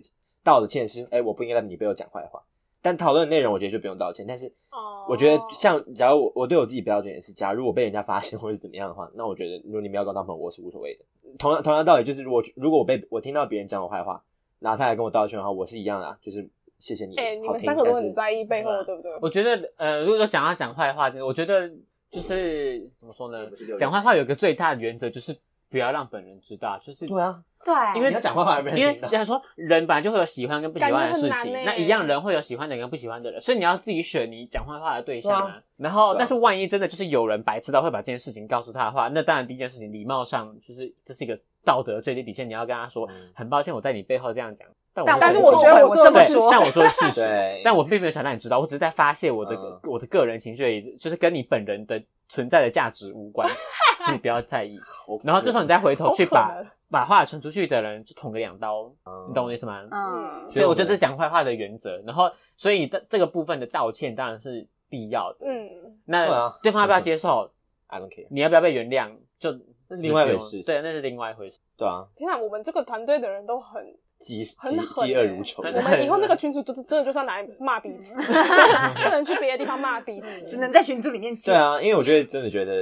Speaker 3: 道歉是，哎，我不应该在你背后讲坏话。但讨论的内容，我觉得就不用道歉。但是
Speaker 2: 哦
Speaker 3: 我觉得像假如我我对我自己标准也是，假如我被人家发现或是怎么样的话，那我觉得如果你们要跟我当朋友，我是无所谓的。同样同样道理，就是如果如果我被我听到别人讲我坏话，然后他来跟我道歉的话，我是一样的、啊，就是谢谢你，
Speaker 2: 哎，你
Speaker 3: 好
Speaker 2: 们
Speaker 3: 听，
Speaker 2: 三个都
Speaker 3: 但是啊
Speaker 2: 很在意背后的，对不对？
Speaker 4: 我觉得，呃，如果说讲到讲坏话，我觉得就是怎么说呢？讲坏话有个最大的原则就是不要让本人知道，就是
Speaker 3: 对啊，
Speaker 1: 对，
Speaker 4: 因为
Speaker 3: 你要讲坏话，没
Speaker 4: 因
Speaker 3: 人
Speaker 4: 为
Speaker 3: 听到
Speaker 4: 人。家说人本来就会有喜欢跟不喜欢的事
Speaker 2: 感觉很
Speaker 4: 情，
Speaker 2: 难欸
Speaker 4: 那一样人会有喜欢的人跟不喜欢的人，所以你要自己选你讲坏话的对象
Speaker 3: 对
Speaker 4: 啊。然后，
Speaker 3: 对啊
Speaker 4: 但是万一真的就是有人白痴到会把这件事情告诉他的话，那当然第一件事情礼貌上就是这是一个道德最低底线，你要跟他说
Speaker 3: 嗯
Speaker 4: 很抱歉我在你背后这样讲，但
Speaker 1: 但
Speaker 2: 但是
Speaker 1: 我
Speaker 2: 我觉得
Speaker 1: 我
Speaker 2: 我这么
Speaker 4: 对
Speaker 2: 说，
Speaker 4: 但我说的是事实，
Speaker 3: 对，
Speaker 4: 但我并没有想让你知道，我只是在发泄我的、
Speaker 3: 嗯
Speaker 4: 我的个人情绪而已，就是跟你本人的存在的价值无关， 所以不要在意。然后这时候你再回头去
Speaker 2: 好
Speaker 4: 把
Speaker 2: 可能
Speaker 4: 把话传出去的人就捅个两刀，你懂我
Speaker 3: 嗯
Speaker 4: 意思吗？
Speaker 1: 嗯，
Speaker 4: 所以我觉得这是讲坏话的原则。然后，所以这这个部分的道歉当然是必要的。
Speaker 2: 嗯，
Speaker 3: 对
Speaker 4: 那
Speaker 3: 啊
Speaker 4: 对方要不要接受，
Speaker 3: I don't care，
Speaker 4: 你要不要被原谅，就
Speaker 3: 那是另外一回事
Speaker 4: 对，那是另外一回事。
Speaker 3: 对啊，
Speaker 2: 天啊，我们这个团队的人都很
Speaker 3: 嫉
Speaker 2: 很
Speaker 3: 嫉
Speaker 2: 狠
Speaker 3: 嫉恶如仇
Speaker 4: 欸，
Speaker 2: 我们以后那个群主就是真的就是要拿来骂彼此，
Speaker 4: 嗯
Speaker 2: 不能去别的地方骂彼此，
Speaker 1: 只能在群组里面
Speaker 3: 对
Speaker 1: 讲。
Speaker 3: 啊，因为我觉得真的觉得，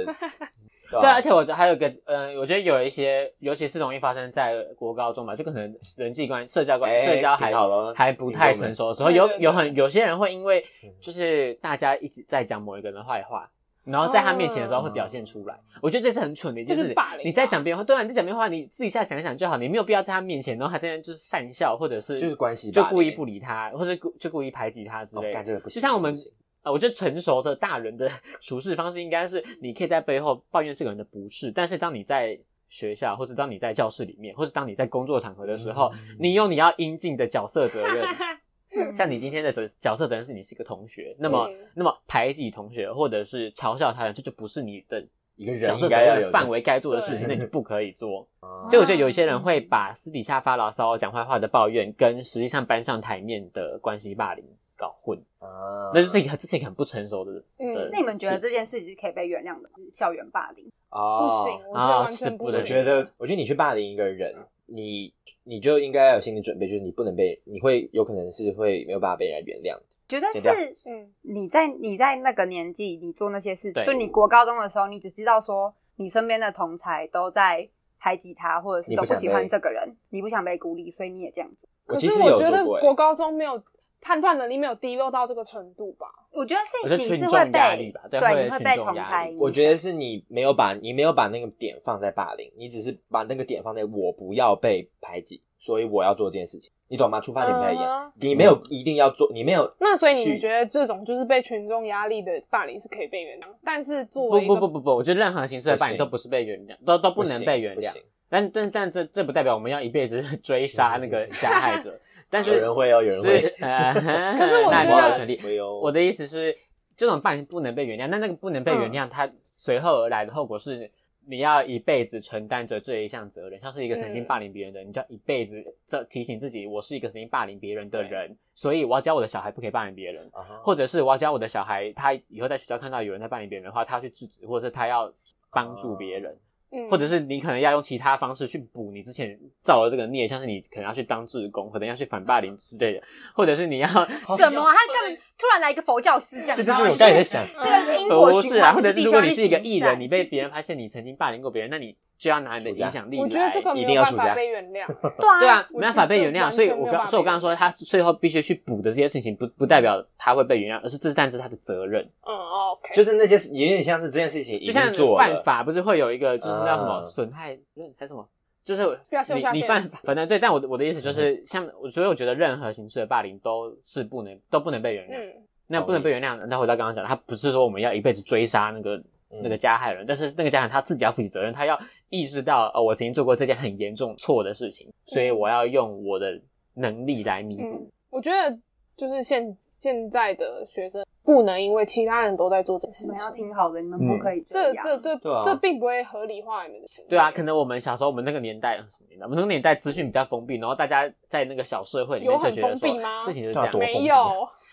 Speaker 4: 对，
Speaker 3: 对啊
Speaker 4: 而，且我还有一个，呃，我觉得有一些，尤其是容易发生在国高中吧，就可能人际关、社交关、
Speaker 3: 哎
Speaker 4: 社交还
Speaker 3: 挺好了
Speaker 4: 还不太成熟的时候，
Speaker 2: 对
Speaker 4: 有
Speaker 2: 对对
Speaker 4: 有很有些人会因为就是大家一直在讲某一个人的坏话，然后在他面前的时候会表现出来。
Speaker 3: 嗯
Speaker 4: 我觉得这是很蠢的一件
Speaker 2: 这就
Speaker 4: 事
Speaker 2: 是
Speaker 4: 情
Speaker 2: 霸凌啊。。
Speaker 4: 你在讲别人话，对啊，你在讲别人话，你自己下想一想就好，你没有必要在他面前，然后还在那边就是善笑，或者是
Speaker 3: 就是关系
Speaker 4: 就
Speaker 3: 霸凌
Speaker 4: 故意不理他，或者故就故意排挤他之
Speaker 3: 哦
Speaker 4: 类的
Speaker 3: 干。这个不行，
Speaker 4: 就像我们
Speaker 3: 这个不行
Speaker 4: 啊，我觉得成熟的大人的 处事方式应该是，你可以在背后抱怨这个人的不是，但是当你在学校，或者当你在教室里面，或者当你在工作场合的时候，
Speaker 3: 嗯
Speaker 4: 你用你要应尽的角色责任
Speaker 1: 嗯
Speaker 4: 像你今天的责角色责任是你是一个同学，那么、
Speaker 2: 嗯
Speaker 4: 那么排挤同学或者是嘲笑他人，这就不是你的
Speaker 3: 一个
Speaker 4: 角
Speaker 3: 人
Speaker 4: 色
Speaker 3: 应
Speaker 4: 责
Speaker 3: 该要
Speaker 4: 任
Speaker 3: 有
Speaker 4: 的
Speaker 3: 的
Speaker 4: 范围该做的事情，那
Speaker 2: 对
Speaker 4: 你就不可以做。
Speaker 3: 啊
Speaker 4: 所以我
Speaker 1: 哦
Speaker 4: 觉得有一些人会把私底下发牢骚、讲坏话的抱怨，跟实际上搬上台面的关系霸凌搞混。
Speaker 3: 啊
Speaker 4: 那就是一个这是一个很不成熟的。
Speaker 2: 嗯
Speaker 4: 的
Speaker 1: 那你们觉得这
Speaker 4: 事
Speaker 1: 件事情是可以被原谅的吗？就是校园霸凌，
Speaker 2: 不
Speaker 3: 哦
Speaker 2: 行，我觉得完全
Speaker 4: 啊
Speaker 2: 不
Speaker 4: 这
Speaker 2: 行。
Speaker 4: 嗯
Speaker 3: 我觉得，我觉得你去霸凌一个人，你你就应该要有心理准备，就是你不能被，你会有可能是会没有办法被人家原谅的。
Speaker 1: 觉得
Speaker 3: 剪掉
Speaker 1: 是
Speaker 2: 嗯，
Speaker 1: 你在你在那个年纪，你做那些事情，
Speaker 4: 对
Speaker 1: 就你国高中的时候，你只知道说你身边的同才都在排挤他，或者是
Speaker 3: 你
Speaker 1: 都
Speaker 3: 不
Speaker 1: 不
Speaker 3: 想
Speaker 1: 喜欢
Speaker 3: 被
Speaker 1: 这个人，你不想被孤立，所以你也这样做。
Speaker 3: 我
Speaker 2: 可
Speaker 3: 其
Speaker 2: 是
Speaker 3: 实
Speaker 2: 我
Speaker 3: 有
Speaker 2: 觉
Speaker 3: 做
Speaker 2: 得
Speaker 3: 过、欸，
Speaker 2: 国高中没有判断能力没有低落到这个程度吧？
Speaker 1: 我觉得是
Speaker 4: 我觉得
Speaker 1: 你
Speaker 4: 群
Speaker 1: 是
Speaker 4: 众
Speaker 1: 会
Speaker 4: 压
Speaker 1: 被
Speaker 4: 力吧对会有
Speaker 1: 你会
Speaker 4: 群
Speaker 1: 被
Speaker 4: 众
Speaker 1: 同
Speaker 4: 压
Speaker 1: 才
Speaker 4: 力
Speaker 1: 影
Speaker 3: 我觉得
Speaker 1: 响
Speaker 3: 是你没有把你没有把那个点放在霸凌，你只是把那个点放在我不要被排挤，所以我要做这件事情，你懂吗？出发点不太一样，
Speaker 2: 嗯哼
Speaker 3: 你没有一定要做，你没有
Speaker 2: 那所以你
Speaker 3: 去
Speaker 2: 们觉得这种就是被群众压力的霸凌是可以被原谅，但是作
Speaker 4: 不
Speaker 2: 为一
Speaker 4: 不
Speaker 2: 个
Speaker 4: 不不不，我觉得任何形式的霸凌
Speaker 3: 不行
Speaker 4: 都不是被原谅，都都不能
Speaker 3: 行
Speaker 4: 被原
Speaker 3: 不
Speaker 4: 谅
Speaker 3: 行。
Speaker 4: 但但但这这不代表我们要一辈子追杀那个加害者，但
Speaker 3: 有
Speaker 4: 是
Speaker 3: 人会哦，有人会
Speaker 4: 是，， 呃
Speaker 2: 可是我
Speaker 4: 那
Speaker 2: 觉
Speaker 4: 你
Speaker 2: 得
Speaker 4: 有权利
Speaker 3: 会哦，
Speaker 4: 我的意思是，这种霸凌不能被原谅，那那个不能被原谅，它随后而来的后果是，你要一辈子承担着这一项责任。像是一个曾经
Speaker 2: 嗯
Speaker 4: 霸凌别人的人，你就要一辈子这提醒自己，我是一个曾经霸凌别人的人，所以我要教我的小孩不可以霸凌别人，
Speaker 3: 啊哈
Speaker 4: 或者是我要教我的小孩，他以后在学校看到有人在霸凌别人的话，他要去制止，或者是他要帮助别人。
Speaker 2: 嗯
Speaker 4: 或者是你可能要用其他方式去补你之前造的这个孽，像是你可能要去当志工，可能要去反霸凌之类的，或者是你要
Speaker 1: 什么啊？他根本突然来一个佛教思想，
Speaker 3: 对
Speaker 1: 你
Speaker 3: 对
Speaker 1: 知道
Speaker 3: 对，
Speaker 1: 吗
Speaker 3: 我刚才
Speaker 1: 就是
Speaker 3: 也在想，
Speaker 1: 那
Speaker 2: 嗯
Speaker 1: 个因
Speaker 4: 不
Speaker 1: 果
Speaker 4: 是
Speaker 1: 循
Speaker 4: 啊，
Speaker 1: 环，
Speaker 4: 或者
Speaker 1: 必
Speaker 4: 是
Speaker 1: 须
Speaker 4: 如果
Speaker 1: 要
Speaker 4: 你
Speaker 1: 去
Speaker 4: 是一个
Speaker 1: 行
Speaker 4: 艺
Speaker 1: 善
Speaker 4: 人，你被别人发现你曾经霸凌过别人，那你就要拿你的影响力来。
Speaker 2: 我觉得这个没
Speaker 3: 一定
Speaker 2: 有
Speaker 3: 要
Speaker 2: 办
Speaker 3: 暑
Speaker 2: 法
Speaker 3: 假
Speaker 2: 被原谅、欸
Speaker 1: 对啊，
Speaker 4: 对啊，
Speaker 2: 我
Speaker 4: 没办法
Speaker 2: 觉得
Speaker 4: 被
Speaker 2: 这
Speaker 4: 原谅，
Speaker 2: 完
Speaker 4: 所以
Speaker 2: 全
Speaker 4: 我
Speaker 2: 没有
Speaker 4: 刚
Speaker 2: 办法
Speaker 4: 所以我
Speaker 2: 被
Speaker 4: 刚刚
Speaker 2: 原
Speaker 4: 说
Speaker 2: 谅
Speaker 4: 他最后必须去补的这些事情，不不代表他会被原谅，而是这但是他的责任。
Speaker 2: 嗯哦 ，OK，
Speaker 3: 就是那件事，有点像是这件事情已
Speaker 4: 就
Speaker 3: 经
Speaker 4: 像
Speaker 3: 做了，
Speaker 4: 犯法不是会有一个就是叫什么
Speaker 3: 嗯
Speaker 4: 损害还是什么，就是
Speaker 2: 不要秀下嗯
Speaker 4: 你你
Speaker 2: 限
Speaker 4: 犯法，反正对，但我的我的意思就是像，我所以我觉得任何形式的霸凌都是不能都不能被原谅。
Speaker 2: 嗯，
Speaker 4: 那不能被原谅。那回到刚刚讲的，他不是说我们要一辈子追杀那个
Speaker 3: 嗯
Speaker 4: 那个加害人，但是那个加害人他自己要负起责任，他要意识到哦，我曾经做过这件很严重错的事情，所以我要用我的能力来弥补。
Speaker 2: 嗯，我觉得就是现现在的学生不能因为其他人都在做这件
Speaker 1: 你
Speaker 2: 事
Speaker 1: 们要
Speaker 2: 情，
Speaker 1: 听好的，你们不
Speaker 4: 嗯
Speaker 1: 可以
Speaker 2: 这
Speaker 1: 样
Speaker 2: 这这、
Speaker 3: 对啊
Speaker 2: 这并不会合理化你们的行为。
Speaker 4: 对啊，可能我们小时候我们那个年代，呃什么年代？我们那个年代资讯比较封闭，然后大家在那个小社会里
Speaker 2: 有
Speaker 4: 面就
Speaker 2: 很
Speaker 4: 觉得
Speaker 2: 封闭吗
Speaker 4: 说事情就是这样
Speaker 3: 对。啊多封闭
Speaker 2: 没有，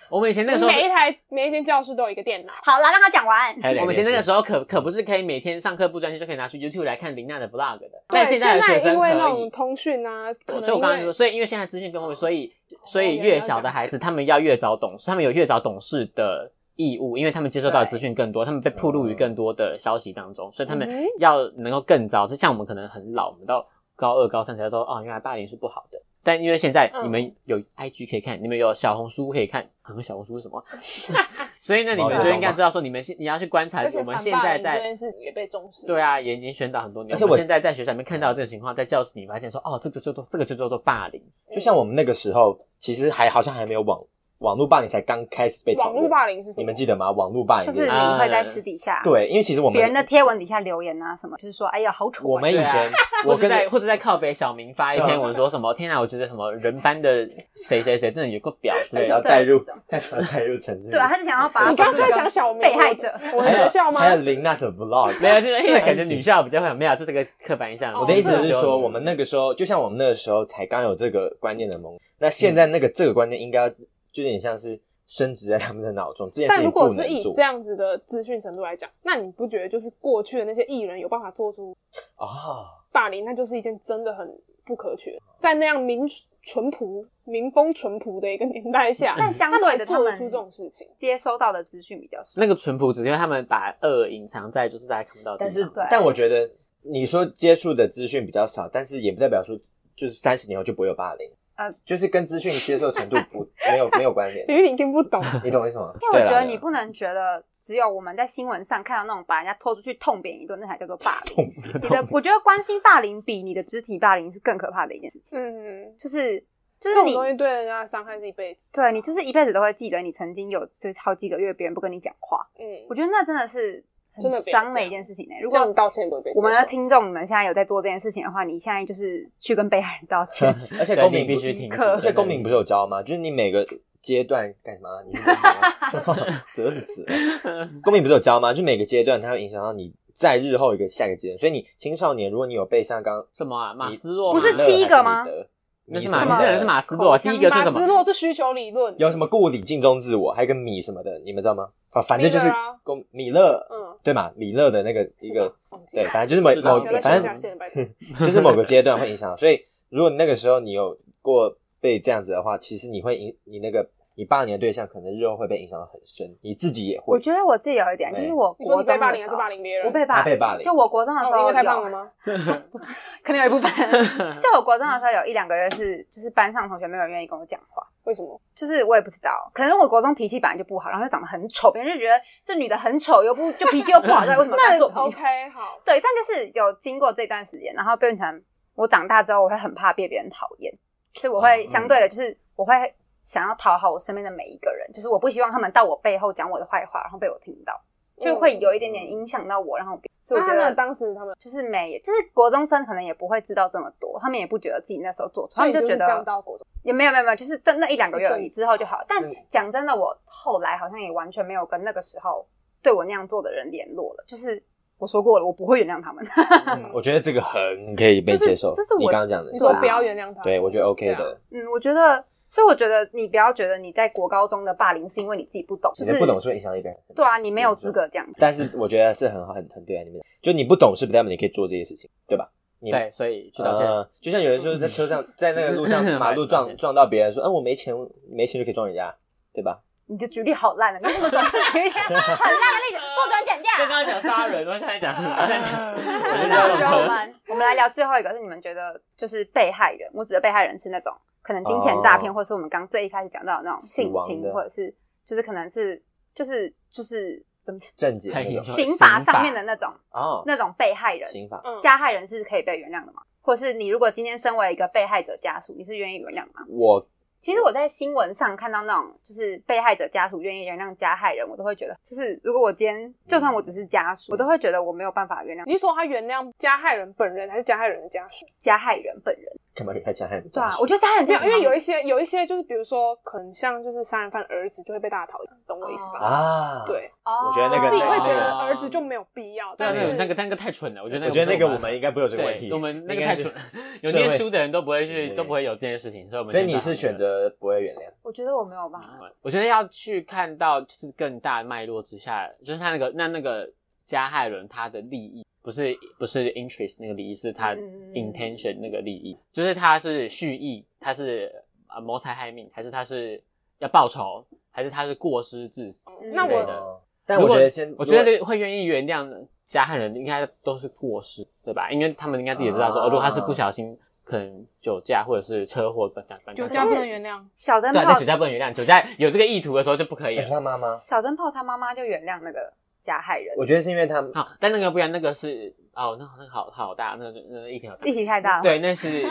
Speaker 4: 我们以前那个时候是，
Speaker 2: 每一台每一间教室都有一个电脑。
Speaker 1: 好了，让他讲完。
Speaker 3: 还
Speaker 4: 我
Speaker 3: 有两
Speaker 4: 们以前
Speaker 3: 件事
Speaker 4: 那个时候可可不是可以每天上课不专心就可以拿去 YouTube 来看林娜的 vlog 的，
Speaker 2: 对，
Speaker 4: 但
Speaker 2: 现
Speaker 4: 在的学生
Speaker 2: 因为那
Speaker 4: 可
Speaker 2: 种
Speaker 4: 以。
Speaker 2: 通讯啊，可
Speaker 4: 所
Speaker 2: 能
Speaker 4: 以我
Speaker 2: 因
Speaker 4: 刚刚说，
Speaker 2: 为
Speaker 4: 所以因为现在资讯更丰富，所以所
Speaker 2: 哦
Speaker 4: 以
Speaker 2: 原来
Speaker 4: 越
Speaker 2: 要这样
Speaker 4: 小的孩子，他们要越早懂事，他们有越早懂事的义务，因为他们接受到的资讯更多，他们被暴露于更多的消息当中，所以他们
Speaker 2: 嗯
Speaker 4: 要能够更早。就像我们可能很老，我们到高二、高三才说，哦，原来霸凌是不好的。但因为现在
Speaker 2: 嗯
Speaker 4: 你们有 IG 可以看，你们有小红书可以看，很小红书是什么？ 所以呢，你
Speaker 3: 猫
Speaker 4: 们
Speaker 2: 眼
Speaker 4: 就
Speaker 2: 猫
Speaker 4: 应该知道说，你们现你要去观察
Speaker 2: 而且
Speaker 4: 我们
Speaker 2: 反
Speaker 4: 现
Speaker 2: 霸
Speaker 4: 在
Speaker 2: 凌这
Speaker 4: 在
Speaker 2: 件事情也被重视。
Speaker 4: 对啊，也已经宣导很多年。
Speaker 3: 而且
Speaker 4: 我们
Speaker 3: 我
Speaker 4: 现在在学校里面看到这个情况，在教室里发现说，哦，这个就叫做这个就叫做霸凌。
Speaker 3: 就像我们那个时候，其实还好像还没有网网络霸凌才刚开始被讨
Speaker 2: 网
Speaker 3: 论
Speaker 2: 络霸凌是什么？
Speaker 3: 你们记得吗？网络霸
Speaker 1: 就
Speaker 3: 凌
Speaker 1: 是
Speaker 3: 这件
Speaker 1: 你
Speaker 3: 事
Speaker 4: 啊
Speaker 1: 会在私底下
Speaker 3: 对，因为其实我们
Speaker 1: 别人的贴文底下留言啊什么，就是说哎呀好丑啊。
Speaker 3: 我们以前
Speaker 4: 我
Speaker 3: 我
Speaker 4: 跟
Speaker 3: 跟
Speaker 4: 在
Speaker 3: 着
Speaker 4: 或者在靠北小明发一篇文说什么，天啊，我觉得什么人班的谁谁谁真的有个婊之类 的。
Speaker 3: 对要
Speaker 1: 真的
Speaker 3: 带入
Speaker 1: 这种
Speaker 3: 太少带入城市，
Speaker 1: 对啊，他是想要把
Speaker 2: 你刚刚是在讲小明
Speaker 1: 被害者，
Speaker 2: 我
Speaker 3: 还
Speaker 2: 的
Speaker 3: 有
Speaker 2: 学校吗？
Speaker 3: 还有林娜的 vlog。
Speaker 4: 没有，就是因为感觉女校比较会有没有，这是个刻板印象。
Speaker 2: 哦
Speaker 3: 我的意思
Speaker 2: 这
Speaker 3: 是说，我们那个时候，就像我们那个时候才刚有这个观念的萌，那现在那个这个观念应该就有点像是升值在他们的脑中，这件事
Speaker 2: 但如
Speaker 3: 情
Speaker 2: 果
Speaker 3: 不
Speaker 2: 是
Speaker 3: 能
Speaker 2: 以
Speaker 3: 做
Speaker 2: 这样子的资讯程度来讲，那你不觉得就是过去的那些艺人有办法做出
Speaker 3: 啊。
Speaker 2: 霸凌，那就是一件真的很不可取。在那样民淳朴、民风淳朴的一个年代下，
Speaker 1: 但相
Speaker 2: 他
Speaker 1: 对
Speaker 2: 们
Speaker 1: 的
Speaker 2: 做
Speaker 1: 他
Speaker 2: 得
Speaker 1: 们
Speaker 2: 出这种事情，
Speaker 1: 接收到的资讯比较少。
Speaker 4: 那个淳朴，只是因为他们把恶隐藏在就是大家看不到的
Speaker 3: 但
Speaker 4: 地方。
Speaker 3: 是
Speaker 1: 对，
Speaker 3: 但我觉得你说接触的资讯比较少，但是也不代表说就是三十年后就不会有霸凌，
Speaker 1: 呃
Speaker 3: 就是跟资讯接受程度不没有没有关联
Speaker 2: 因，为你听不懂。
Speaker 3: 你懂我意思吗？
Speaker 1: 因为
Speaker 3: 对
Speaker 1: 我
Speaker 3: 啦
Speaker 1: 觉
Speaker 3: 对
Speaker 1: 得
Speaker 3: 啦
Speaker 1: 你不能觉得只有我们在新闻上看到那种把人家拖出去痛扁一顿，那才叫做霸凌。你的，我觉得关心霸凌比你的肢体霸凌是更可怕的一件事情，
Speaker 2: 嗯，
Speaker 1: 就是就
Speaker 2: 这
Speaker 1: 是
Speaker 2: 种
Speaker 1: 你
Speaker 2: 东西对人家的伤害是一辈子。
Speaker 1: 对你就是一辈子都会记得你曾经有这好几个月别人不跟你讲话，
Speaker 2: 嗯
Speaker 1: 我，觉得那真的是
Speaker 2: 真的
Speaker 1: 很
Speaker 2: 不要
Speaker 1: 伤
Speaker 2: 这
Speaker 1: 的
Speaker 2: 样
Speaker 1: 一件事情呢、欸如
Speaker 2: 如
Speaker 1: 果
Speaker 2: 果你道歉也不会被接
Speaker 1: 我们的
Speaker 2: 受
Speaker 1: 听众，你们现在有在做这件事情的话，你现在就是去跟被害人道歉。
Speaker 3: 而且
Speaker 4: 对
Speaker 3: 公
Speaker 4: 你
Speaker 3: 民
Speaker 4: 必
Speaker 3: 不
Speaker 4: 须
Speaker 3: 是
Speaker 4: 停止。
Speaker 1: 可
Speaker 3: 而且公民不是有教吗？就是你每个阶段干什么啊？你是公民啊 吗折不死了？公民不是有教吗？就每个阶段它会影响到你在日后一个下一个阶段，所以你青少年如果你有被像刚
Speaker 4: 什么啊？马
Speaker 3: 你
Speaker 4: 斯洛
Speaker 1: 不是
Speaker 3: 米勒
Speaker 1: 七个
Speaker 3: 还
Speaker 1: 吗
Speaker 3: 米德
Speaker 4: 那是
Speaker 3: 米
Speaker 4: 马，
Speaker 1: 什
Speaker 4: 你
Speaker 1: 么
Speaker 4: 这个人是马斯洛，
Speaker 1: 口
Speaker 4: 第
Speaker 1: 腔
Speaker 4: 一个是
Speaker 2: 马
Speaker 4: 什
Speaker 2: 斯
Speaker 4: 么？
Speaker 2: 洛是需求理论，
Speaker 3: 有什么顾里镜中自我，还有一个米什么的，你们知道吗？反反正就是
Speaker 2: 米勒啊
Speaker 3: 公米勒，
Speaker 2: 嗯，
Speaker 3: 对嘛？米勒的那个一
Speaker 2: 是
Speaker 3: 个
Speaker 2: 吧，忘记
Speaker 3: 对，哦
Speaker 2: 了
Speaker 3: 反正就是某
Speaker 4: 是吧
Speaker 3: 某
Speaker 2: 不要再，
Speaker 3: 反
Speaker 2: 说下
Speaker 3: 正
Speaker 2: 线了拜托
Speaker 3: 就是某个阶段会影响。所以如果那个时候你有过被这样子的话，其实你会影你那个你霸凌的对象，可能日后会被影响的很深，你自己也
Speaker 1: 我
Speaker 3: 会。
Speaker 1: 觉得我自己有一点，就是我
Speaker 2: 你说
Speaker 1: 国中
Speaker 2: 你被
Speaker 1: 的
Speaker 2: 霸凌
Speaker 1: 时
Speaker 2: 还是
Speaker 1: 候
Speaker 2: 霸凌别人？
Speaker 1: 我被霸
Speaker 3: 他被霸凌
Speaker 1: 就我国中的时候
Speaker 2: 哦，
Speaker 1: 有，
Speaker 2: 因为太胖 了吗？
Speaker 1: 可能有一部 分。就我国中的时候有一两个月是，就是班上同学没有人愿意跟我讲话，
Speaker 2: 为什么？
Speaker 1: 就是我也不知道，可能我国中脾气本来就不好，然后又长得很丑，别人就觉得这女的很丑，又不就脾气又不好，那为什 么要跟她做朋友？
Speaker 2: OK 好，
Speaker 1: 对，但就是有经过这段时间，然后变成我长大之后，我会很怕被别人讨厌，所以我会
Speaker 3: 嗯
Speaker 1: 相对的，就是我会想要讨好我身边的每一个人，就是我不希望他们到我背后讲我的坏话，然后被我听到，就会有一点点影响到我，然后所以
Speaker 2: 哦
Speaker 1: 我
Speaker 2: 啊那他
Speaker 1: 觉
Speaker 2: 们
Speaker 1: 得。
Speaker 2: 当时他们，
Speaker 1: 就是没，就是国中生可能也不会知道这么多，他们也不觉得自己那时候做错，他
Speaker 2: 所以
Speaker 1: 们
Speaker 2: 你就是
Speaker 1: 觉
Speaker 2: 这样
Speaker 1: 得
Speaker 2: 到国中，
Speaker 1: 也没有没有没有，就是真那一两个月而
Speaker 2: 正
Speaker 1: 已，之后就好。但
Speaker 3: 嗯
Speaker 1: 讲真的，我后来好像也完全没有跟那个时候对我那样做的人联络了。就是我说过了，我不会原谅他们。
Speaker 3: 嗯我觉得这个很可以被
Speaker 1: 就是
Speaker 3: 接受。
Speaker 1: 这是我
Speaker 3: 你刚刚讲的，
Speaker 2: 你说
Speaker 1: 对啊
Speaker 2: 不要原谅他，
Speaker 3: 对，我觉得 OK
Speaker 2: 对
Speaker 3: 的。
Speaker 1: 嗯，我觉得，所以我觉得你不要觉得你在国高中的霸凌是因为你自己不懂，就
Speaker 3: 你
Speaker 1: 是
Speaker 3: 的不懂是会影嗯响到一个人。
Speaker 1: 对啊，你没有资格这样。
Speaker 3: 但是我觉得是很好，很很对啊！你们就你不懂事，不代表你可以做这些事情，对吧？你
Speaker 4: 对，所以去道歉。
Speaker 3: 呃就像有人说在车
Speaker 4: 嗯
Speaker 3: 上，在那个 路上马路
Speaker 4: 道
Speaker 3: 撞
Speaker 4: 歉
Speaker 3: 撞到别人，说，嗯，我没钱，没钱就可以撞人家，对吧？
Speaker 1: 你的举例好烂啊！你为什么总是 举一些很烂的例子，不准剪掉？
Speaker 4: 刚刚讲杀人，我现在讲，现在讲，我就知
Speaker 1: 那
Speaker 4: 道
Speaker 1: 我
Speaker 4: 怎
Speaker 1: 觉得我
Speaker 4: 么
Speaker 1: 们我们来聊最后一个，是你们觉得就是被害人，我指的被害人是那种可能金钱诈骗，
Speaker 3: 哦
Speaker 1: 或者是我们刚最一开始讲到的那种性
Speaker 3: 死亡
Speaker 1: 侵，
Speaker 3: 的
Speaker 1: 或者是就是可能是就是就是怎么讲，
Speaker 3: 正解
Speaker 4: 太
Speaker 3: 那
Speaker 4: 严
Speaker 3: 种
Speaker 4: 重
Speaker 1: 刑法
Speaker 4: 刑法
Speaker 1: 上面的那种
Speaker 3: 哦，
Speaker 1: 那种被害人，
Speaker 3: 刑法
Speaker 2: 嗯
Speaker 1: 加害人是可以被原谅的吗？或者是你如果今天身为一个被害者家属，你是愿意原谅吗？
Speaker 3: 我
Speaker 1: 其实我在新闻上看到那种就是被害者家属愿意原谅加害人，我都会觉得，就是如果我今天就算我只是家
Speaker 3: 嗯
Speaker 1: 属，我都会觉得我没有办法原谅
Speaker 2: 你是说他原谅加害人本人还是加害人的家属？
Speaker 1: 加害人本人。
Speaker 3: 干嘛还讲还
Speaker 1: 对
Speaker 3: 家
Speaker 1: 啊，
Speaker 3: 属
Speaker 1: 我觉得加害人
Speaker 2: 没有，因为有
Speaker 1: 一
Speaker 2: 一些有一些就是比如说，可能像就是杀人犯儿子就会被大家讨厌，懂我意思吧？
Speaker 3: 啊，，
Speaker 2: 对，
Speaker 1: 哦
Speaker 3: 我觉得那个
Speaker 2: 自己会
Speaker 3: 哦
Speaker 2: 觉得儿子就没有必要，
Speaker 4: 啊对啊，
Speaker 2: 但
Speaker 4: 那
Speaker 2: 是
Speaker 4: 个那个那个太蠢了，我觉得那
Speaker 3: 我
Speaker 4: 个
Speaker 3: 觉得
Speaker 4: 不
Speaker 3: 那个
Speaker 4: 是
Speaker 3: 我们应该不会有这个问
Speaker 4: 对，
Speaker 3: 题，
Speaker 4: 我们那
Speaker 3: 应
Speaker 4: 个太
Speaker 3: 该是
Speaker 4: 蠢， 有
Speaker 3: 社会
Speaker 4: 念书的人都不会去，
Speaker 3: 对
Speaker 4: 都不会有这件事情，所以我们
Speaker 3: 所以
Speaker 4: 先
Speaker 3: 你
Speaker 4: 把
Speaker 3: 是
Speaker 4: 它
Speaker 3: 选
Speaker 4: 那个
Speaker 3: 择不会原谅，
Speaker 1: 我觉得我没有办法。
Speaker 4: 我觉得要去看到就是更大脉络之下，就是他那个那那个加害人他的利益，不是不是 interest 那个利益，是他
Speaker 1: 嗯
Speaker 4: intention 那个利益，就是他是蓄意，他是呃谋财害命，还是他是要报仇，还是他是过失致死？
Speaker 1: 嗯
Speaker 2: 那
Speaker 4: 之类
Speaker 2: 我
Speaker 4: 的
Speaker 3: 哦但
Speaker 4: 如
Speaker 3: 我
Speaker 4: 果
Speaker 3: 觉得先，
Speaker 4: 我觉
Speaker 3: 如果
Speaker 4: 得会愿意原谅加害人，应该都是过失，对吧？因为他们应该自己也知道说，哦，
Speaker 3: 啊
Speaker 4: 如果他是不小心，可能酒驾或者是车祸本本
Speaker 2: 酒
Speaker 4: 本
Speaker 2: 驾不能原谅。
Speaker 1: 小灯
Speaker 4: 对啊，那
Speaker 1: 泡
Speaker 4: 酒，驾不能原谅，酒驾有这个意图的时候就不可以
Speaker 3: 你
Speaker 4: 了
Speaker 3: 是。他妈妈，
Speaker 1: 小灯泡他妈妈就原谅那个加害人，
Speaker 3: 我觉得是因为他
Speaker 4: 好，但那个不一样，那个是哦，那那个好好大，那个那个一条大
Speaker 1: 议。题太大了。
Speaker 4: 对，那是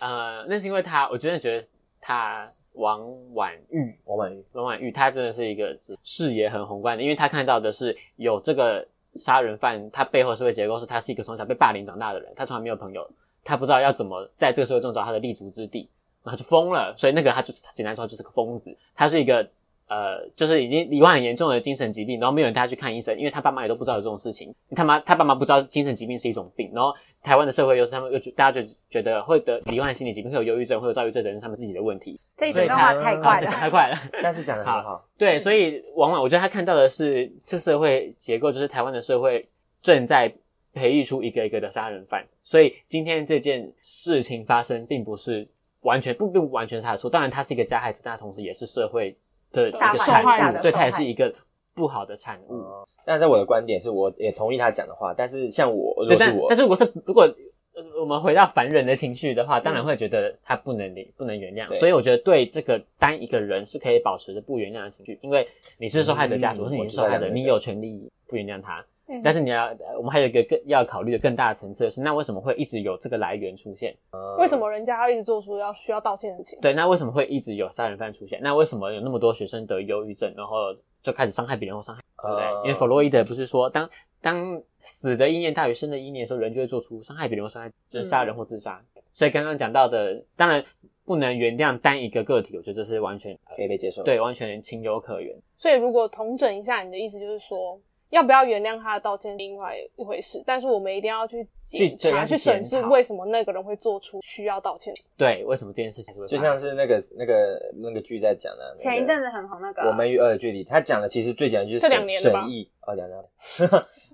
Speaker 4: 呃，那是因为他，我真的觉得他王婉玉，
Speaker 3: 王婉玉，
Speaker 4: 王婉玉，她真的是一个视野很宏观的，因为她看到的是有这个杀人犯，他背后的社会结构是他是一个从小被霸凌长大的人，他从来没有朋友，他不知道要怎么在这个社会中找他的立足之地，然后就疯了。所以那个他就是简单说就是个疯子，他是一个呃，就是已经罹患很严重的精神疾病，然后没有人带他去看医生，因为他爸妈也都不知道有这种事情，他妈他爸妈不知道精神疾病是一种病，然后台湾的社会又是他们又觉大家就觉得会得罹患心理疾病、会有忧郁症、会有躁郁症的人是他们自己的问题，
Speaker 1: 这一
Speaker 4: 所
Speaker 1: 整
Speaker 4: 以
Speaker 1: 段
Speaker 4: 他
Speaker 1: 话太
Speaker 3: 啊
Speaker 1: 快
Speaker 4: 这
Speaker 1: 了
Speaker 4: 讲。太快了。
Speaker 3: 但是讲的很好，
Speaker 4: 对，所以往往我觉得他看到的是啊这社会结构，就是台湾的社会正在培育出一个一个的杀人犯。所以今天这件事情发生，并不是完全不并不完全是他的错，当然他是一个加害者，但他同时也是社会的一个
Speaker 2: 大环境
Speaker 4: 产
Speaker 2: 下
Speaker 4: 物，
Speaker 2: 的
Speaker 4: 对
Speaker 1: 受
Speaker 4: 他也
Speaker 1: 害
Speaker 4: 是一个不好的产物。
Speaker 3: 但在我的观点是，我也同意他讲的话，但是像我，如
Speaker 4: 对，
Speaker 3: 果是
Speaker 4: 但
Speaker 3: 我
Speaker 4: 但，是如果是如果呃我们回到凡人的情绪的话，当然会觉得他不能理不能原谅
Speaker 3: 嗯对，
Speaker 4: 所以我觉得对这个单一个人是可以保持着不原谅的情绪，因为你是受害者家属，
Speaker 3: 嗯
Speaker 4: 是你
Speaker 3: 我
Speaker 4: 是
Speaker 3: 知
Speaker 4: 受
Speaker 3: 道
Speaker 4: 害
Speaker 3: 两
Speaker 4: 者，
Speaker 3: 个
Speaker 4: 你有权利不原谅他。
Speaker 2: 嗯
Speaker 4: 但是你要，呃我们还有一个更要考虑的更大的层次的是，那为什么会一直有这个来源出现？
Speaker 2: 为什么人家要一直做出要需要道歉的事情？
Speaker 4: 对，那为什么会一直有杀人犯出现？那为什么有那么多学生得忧郁症，然后就开始伤害别人或伤害？
Speaker 3: 呃
Speaker 4: 对不对？因为弗洛伊德不是说，当当死的意念大于生的意念的时候，人就会做出伤害别人或伤害，就是杀
Speaker 3: 嗯
Speaker 4: 人或自杀。所以刚刚讲到的，当然不能原谅单一个个体，我觉得这是完全
Speaker 3: 可以被接受，，
Speaker 4: 对，完全情有可原。
Speaker 2: 所以如果统整一下，你的意思就是说，要不要原谅他的道歉是另外一回事，但是我们一定要去检
Speaker 4: 去对
Speaker 2: 查、
Speaker 4: 要
Speaker 2: 去
Speaker 4: 去
Speaker 2: 审视
Speaker 4: 检讨
Speaker 2: 为什么那个人会做出需要道歉。
Speaker 4: 对，为什么这件事情还是会发
Speaker 3: 就
Speaker 4: 生？
Speaker 3: 像是那个那个那个剧在讲的，那个
Speaker 1: 前一阵子很红那个，
Speaker 3: 我们与恶的距离，他讲的其实最简单就是
Speaker 2: 这两
Speaker 3: 审
Speaker 2: 年的吧
Speaker 3: 审议，哦，两年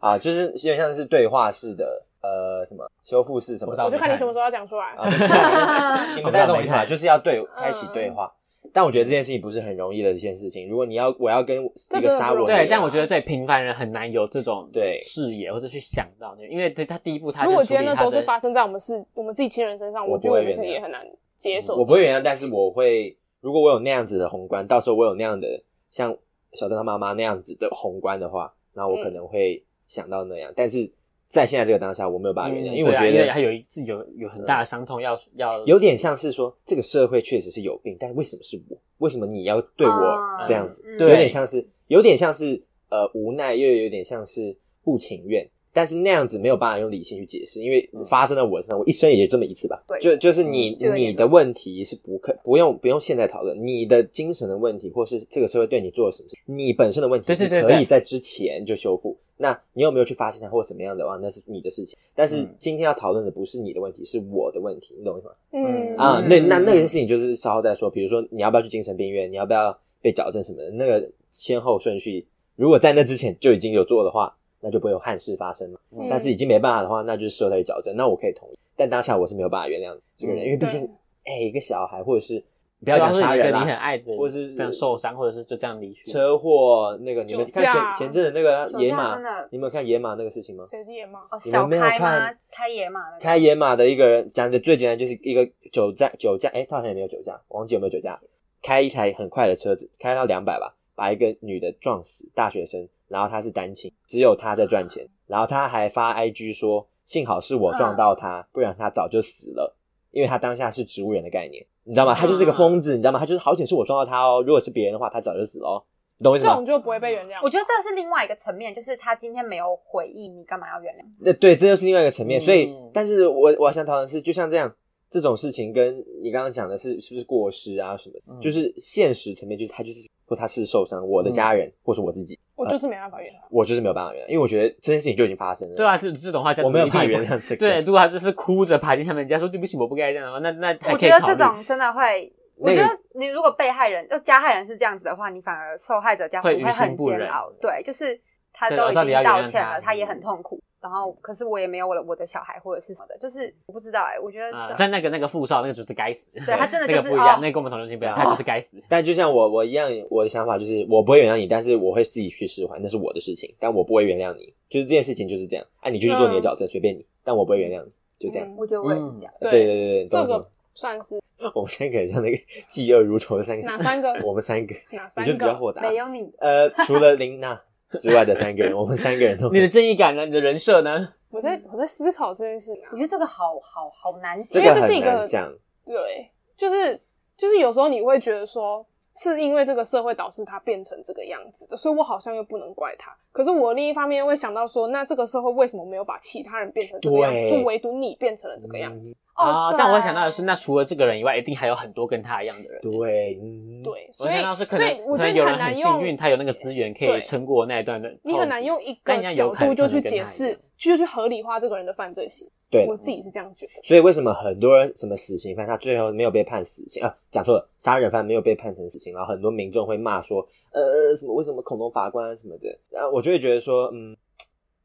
Speaker 3: 啊，就是有点像是对话式的，呃，什么修复式什么的，
Speaker 4: 我
Speaker 2: 我就看你
Speaker 4: 看
Speaker 2: 什么时候要讲出来。
Speaker 3: 啊，对不 起你们大家懂我意思吗？
Speaker 4: 我知道没看
Speaker 3: 就是要对开启
Speaker 2: 嗯
Speaker 3: 对话。但我觉得这件事情不是很容易的一件事情。如果你要我要跟
Speaker 2: 这
Speaker 3: 一
Speaker 2: 真
Speaker 3: 个
Speaker 2: 的
Speaker 3: 杀
Speaker 2: 不
Speaker 3: 我
Speaker 2: 容易
Speaker 3: 的
Speaker 2: 啊
Speaker 3: 人，
Speaker 4: 对，但我觉得对平凡人很难有这种
Speaker 3: 对
Speaker 4: 视野或者去想到，因为对他第一步他
Speaker 2: 如果
Speaker 4: 先处
Speaker 2: 今
Speaker 4: 理
Speaker 2: 天那
Speaker 4: 他
Speaker 2: 都是
Speaker 4: 的嗯
Speaker 2: 发生在我们是我们自己亲人身上，
Speaker 3: 我
Speaker 2: 我
Speaker 3: 不
Speaker 2: 觉得
Speaker 3: 会
Speaker 2: 我们
Speaker 3: 原
Speaker 2: 自己
Speaker 3: 谅
Speaker 2: 也很难接受。
Speaker 3: 我不会原谅，但是我会，如果我有那样子的宏观，到时候我有那样的像小邓他妈妈那样子的宏观的话，那我可能会想到那样。但是在现在这个当下，我没有办法原谅，
Speaker 4: 嗯
Speaker 3: 因为
Speaker 4: 对
Speaker 3: 我
Speaker 4: 啊
Speaker 3: 觉
Speaker 4: 因为他
Speaker 3: 得
Speaker 4: 有一自己有有很大的伤痛要要
Speaker 3: 有点像是说，这个社会确实是有病，但为什么是我？为什么你要对我
Speaker 4: 啊
Speaker 3: 这样子？
Speaker 1: 嗯
Speaker 4: 对
Speaker 3: 有点像是，有点像是呃无奈，又有点像是不情愿。但是那样子没有办法用理性去解释，因为
Speaker 4: 嗯
Speaker 3: 发生在我身上，我一生也就这么一次吧。
Speaker 1: 对
Speaker 3: 就就是你
Speaker 1: 就有点
Speaker 3: 你的问题是不可不用不用现在讨论，你的精神的问题，或是这个社会对你做了什么事，你本身的问题
Speaker 4: 对
Speaker 3: 是
Speaker 4: 对对
Speaker 3: 可
Speaker 4: 对
Speaker 3: 以在之前就修复。那你有没有去发现它或怎么样的话，那是你的事情。但是
Speaker 4: 嗯
Speaker 3: 今天要讨论的不是你的问题，是我的问题，你懂我意思吗？
Speaker 2: 嗯
Speaker 3: 啊，
Speaker 4: 嗯
Speaker 3: 那那那件事情就是稍后再说。比如说，你要不要去精神病院？你要不要被矫正什么的？那个先后顺序，如果在那之前就已经有做的话，那就不会有憾事发生嘛。
Speaker 2: 嗯
Speaker 3: 但是已经没办法的话，那就是社会矫正。那我可以同意，但当下我是没有办法原谅这个人，
Speaker 4: 嗯
Speaker 3: 因为毕竟
Speaker 2: 对
Speaker 3: 哎、一个小孩，或者是不
Speaker 4: 不
Speaker 3: 要讲杀人
Speaker 4: 你
Speaker 3: 啦
Speaker 4: 很，爱的人，
Speaker 3: 或是
Speaker 4: 这样受伤，或者是就这样离去。
Speaker 3: 车祸那个，你们
Speaker 2: 酒
Speaker 3: 看前
Speaker 2: 驾
Speaker 3: 前阵子那个
Speaker 1: 酒驾
Speaker 3: 野马
Speaker 1: 真的，
Speaker 3: 你们有看野马那个事情吗？
Speaker 2: 谁是野马？
Speaker 1: 哦，
Speaker 3: 你们
Speaker 1: 小
Speaker 3: 没有
Speaker 1: 开吗
Speaker 3: 看？
Speaker 1: 开野马的
Speaker 3: 开野马的一个人，讲的最简单就是一个酒驾，酒驾，哎、他好像也没有酒驾，我忘记有没有酒驾，开一台很快的车子，开到两百吧，把一个女的撞死，大学生，然后她是单亲，只有她在赚
Speaker 2: 啊
Speaker 3: 钱，然后她还发 IG 说，幸好是我撞到她，不然她早就死了，因为她当下是植物人的概念，你知道吗？她就是个疯子，你知道吗？她就是好险是我撞到她哦，如果是别人的话，她早就死了哦，你懂我意
Speaker 2: 这
Speaker 3: 思吗
Speaker 2: 种？就不会被原谅。嗯
Speaker 1: 我觉得这是另外一个层面，就是他今天没有回忆，你干嘛要原谅？
Speaker 3: 那对，这就是另外一个层面。
Speaker 4: 嗯
Speaker 3: 所以，但是我我想讨论的是，就像这样这种事情，跟你刚刚讲的是是不是过失啊什么的，
Speaker 4: 嗯
Speaker 3: 就是现实层面，就是他就是或他是受伤，我的家人、或是我自己，
Speaker 2: 我就是没办法原谅。
Speaker 3: 我就是没有办法原谅，因为我觉得这件事情就已经发生了。
Speaker 4: 对啊，，这这种话家属
Speaker 3: 我没有
Speaker 4: 一定
Speaker 3: 办法
Speaker 4: 也
Speaker 3: 原
Speaker 4: 不
Speaker 3: 谅这个。
Speaker 4: 对，如果他就是哭着爬进他们家说对不起，我不该这样的话，那那还
Speaker 1: 我
Speaker 4: 可
Speaker 1: 觉
Speaker 4: 以
Speaker 1: 得
Speaker 4: 考
Speaker 1: 这
Speaker 4: 虑。
Speaker 1: 种真的会，我
Speaker 3: 那
Speaker 1: 觉
Speaker 3: 个
Speaker 1: 得你如果被害人就加害人是这样子的话，你反而受害者家属
Speaker 4: 会于
Speaker 1: 会
Speaker 4: 心
Speaker 1: 很
Speaker 4: 不忍
Speaker 1: 煎熬。对，就是他
Speaker 4: 对哦
Speaker 1: 都
Speaker 4: 到
Speaker 1: 已
Speaker 4: 底
Speaker 1: 经
Speaker 4: 要原
Speaker 1: 道
Speaker 4: 谅
Speaker 1: 歉
Speaker 4: 他
Speaker 1: 了，他也很痛苦。然后，可是我也没有我的我的小孩或者是什么的，就是我不知道哎、我觉得
Speaker 4: 啊、
Speaker 1: 这
Speaker 4: 但那个那个富少那个就是该死，
Speaker 1: 对他真的就
Speaker 4: 那
Speaker 1: 是
Speaker 4: 个不一样，
Speaker 1: 哦
Speaker 4: 那个跟我们同流性不一样，
Speaker 3: 对啊
Speaker 4: 他就是该死。
Speaker 3: 但就像我我一样，我的想法就是我不会原谅你，但是我会自己去释怀，那是我的事情，但我不会原谅你。就是这件事情就是这样，啊，你就去做
Speaker 4: 嗯
Speaker 3: 你的矫正，随便你，但我不会原谅你，就这样。
Speaker 2: 嗯
Speaker 1: 我觉得我也是这样。
Speaker 2: 对
Speaker 3: 对对对，你懂
Speaker 2: 这
Speaker 3: 我意思
Speaker 2: 个
Speaker 3: 吗
Speaker 2: 算是
Speaker 3: 我们三个很像那个 嫉恶如仇的三个
Speaker 2: 哪三个？
Speaker 3: 我们三个，
Speaker 2: 哪
Speaker 3: 你
Speaker 2: 三
Speaker 3: 就比较
Speaker 2: 个？
Speaker 3: 豁达。
Speaker 1: 没有你，
Speaker 3: 呃，除了琳 娜之外的三个人，我们三个人都
Speaker 4: 你的正义感呢？你的人设呢？
Speaker 2: 我在我在思考这件事啊
Speaker 1: 我。觉得这个好好好难讲。
Speaker 3: 这个
Speaker 2: 因为这是
Speaker 3: 很
Speaker 2: 一个
Speaker 3: 难讲。
Speaker 2: 对，就是就是有时候你会觉得说，是因为这个社会导致他变成这个样子的，所以我好像又不能怪他。可是我另一方面又会想到说，那这个社会为什么没有把其他人变成这个样
Speaker 3: 对
Speaker 2: 子，就唯独你变成了这个样子？
Speaker 1: 哦，对
Speaker 4: 啊但我想到的是，那除了这个人以外，一定还有很多跟他一样的人。
Speaker 3: 对，嗯，
Speaker 2: 对，
Speaker 4: 我
Speaker 2: 所以
Speaker 4: 想到是可
Speaker 2: 所以
Speaker 4: 能，
Speaker 2: 我
Speaker 4: 可能有
Speaker 2: 觉得你
Speaker 4: 人
Speaker 2: 很
Speaker 4: 很
Speaker 2: 难
Speaker 4: 幸运，
Speaker 2: 用，
Speaker 4: 他有那个资源可以
Speaker 2: 对
Speaker 4: 撑过那一段的痛苦。
Speaker 2: 你很难用一
Speaker 4: 但人家
Speaker 2: 个
Speaker 4: 有
Speaker 2: 角
Speaker 4: 可能
Speaker 2: 度就去
Speaker 4: 跟
Speaker 2: 解
Speaker 4: 他一
Speaker 2: 释
Speaker 4: 样，
Speaker 2: 就去合理化这个人的犯罪行为。
Speaker 3: 对
Speaker 2: 我自己是这样觉得。
Speaker 3: 所以为什么很多人什么死刑犯，他最后没有被判死刑啊？讲错了，杀人犯没有被判成死刑，然后很多民众会骂说，呃，什么为什么恐龙法官什么的？然后我就会觉得说，嗯，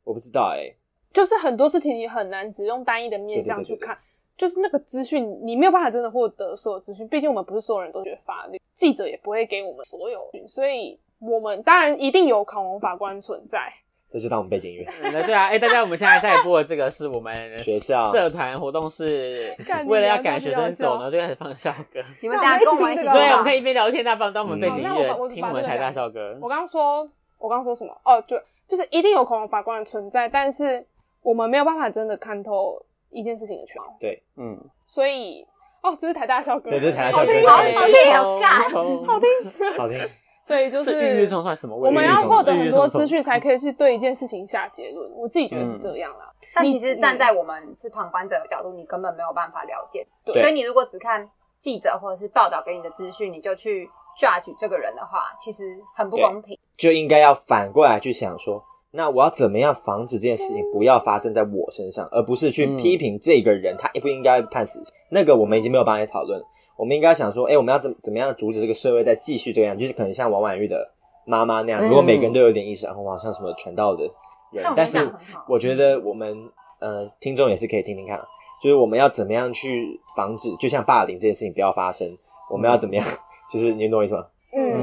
Speaker 3: 我不知道哎、
Speaker 2: 就是很多事情你很难只用单一的面向去看，就是那个资讯你没有办法真的获得所有资讯，毕竟我们不是所有人都学法律，记者也不会给我们所有，所以我们当然一定有恐龙法官存在，
Speaker 3: 这就当我们背景音乐。
Speaker 4: 嗯对啊，哎、 大家，我们现在在播的这个是我们
Speaker 3: 学校
Speaker 4: 社团活动是
Speaker 2: 干你
Speaker 4: 为了要
Speaker 2: 娘
Speaker 4: 赶
Speaker 2: 到底
Speaker 4: 学
Speaker 2: 要
Speaker 4: 生走
Speaker 2: 笑
Speaker 4: 呢，就开始放校歌。
Speaker 1: 你们
Speaker 2: 那
Speaker 1: 大
Speaker 2: 我
Speaker 1: 家
Speaker 2: 们
Speaker 1: 跟
Speaker 2: 一
Speaker 1: 我一
Speaker 2: 起听
Speaker 1: 起
Speaker 2: 这
Speaker 1: 听
Speaker 2: 个
Speaker 4: 对，我
Speaker 1: 吧
Speaker 4: 们可以一边聊天，大家帮当我们背景
Speaker 3: 嗯
Speaker 4: 音
Speaker 2: 好那
Speaker 4: 乐
Speaker 2: 我把，我
Speaker 4: 听
Speaker 2: 把
Speaker 4: 我们
Speaker 2: 这个
Speaker 4: 台大
Speaker 2: 讲
Speaker 4: 校歌。
Speaker 2: 我刚说，我刚说什么？哦，就就是一定有恐龙法官的存在，但是我们没有办法真的看透一件事情的全貌，
Speaker 4: 嗯，
Speaker 2: 所以哦，这是台大校歌，
Speaker 3: 对这是台大校
Speaker 2: 好
Speaker 3: 歌
Speaker 2: 听
Speaker 3: 好
Speaker 2: 好听
Speaker 1: 好
Speaker 4: 哎
Speaker 1: 听干
Speaker 4: 好
Speaker 3: 好听，
Speaker 2: 所以就
Speaker 4: 这
Speaker 2: 是
Speaker 4: 郁郁葱算什么味？
Speaker 2: 我们要获得很多
Speaker 4: 郁
Speaker 2: 资
Speaker 4: 郁葱
Speaker 2: 讯，才可以去对一件事情下结论。我自己觉得是这样啦。
Speaker 1: 但
Speaker 2: 你
Speaker 1: 其实站在我们是旁观者的角度，你根本没有办法了解。
Speaker 2: 对
Speaker 1: 所以你如果只看记者或者是报道给你的资讯，你就去 judge 这个人的话，其实很不公平。
Speaker 3: 就应该要反过来去想说，那我要怎么样防止这件事情不要发生在我身上，而不是去批评这个人他应不应该判死刑。那个我们已经没有办法讨论了，我们应该想说，哎、我们要怎怎么样阻止这个社会再继续这样？就是可能像王婉玉的妈妈那样，
Speaker 4: 嗯
Speaker 3: 如果每个人都有点意识，然后好像什么传道的人
Speaker 1: 但我，
Speaker 3: 但
Speaker 1: 们
Speaker 3: 是
Speaker 1: 讲得很好，
Speaker 3: 我觉得我们呃听众也是可以听听看啊，就是我们要怎么样去防止，就像霸凌这件事情不要发生，我们要怎么样， 就是你懂我意思吗？
Speaker 1: 嗯，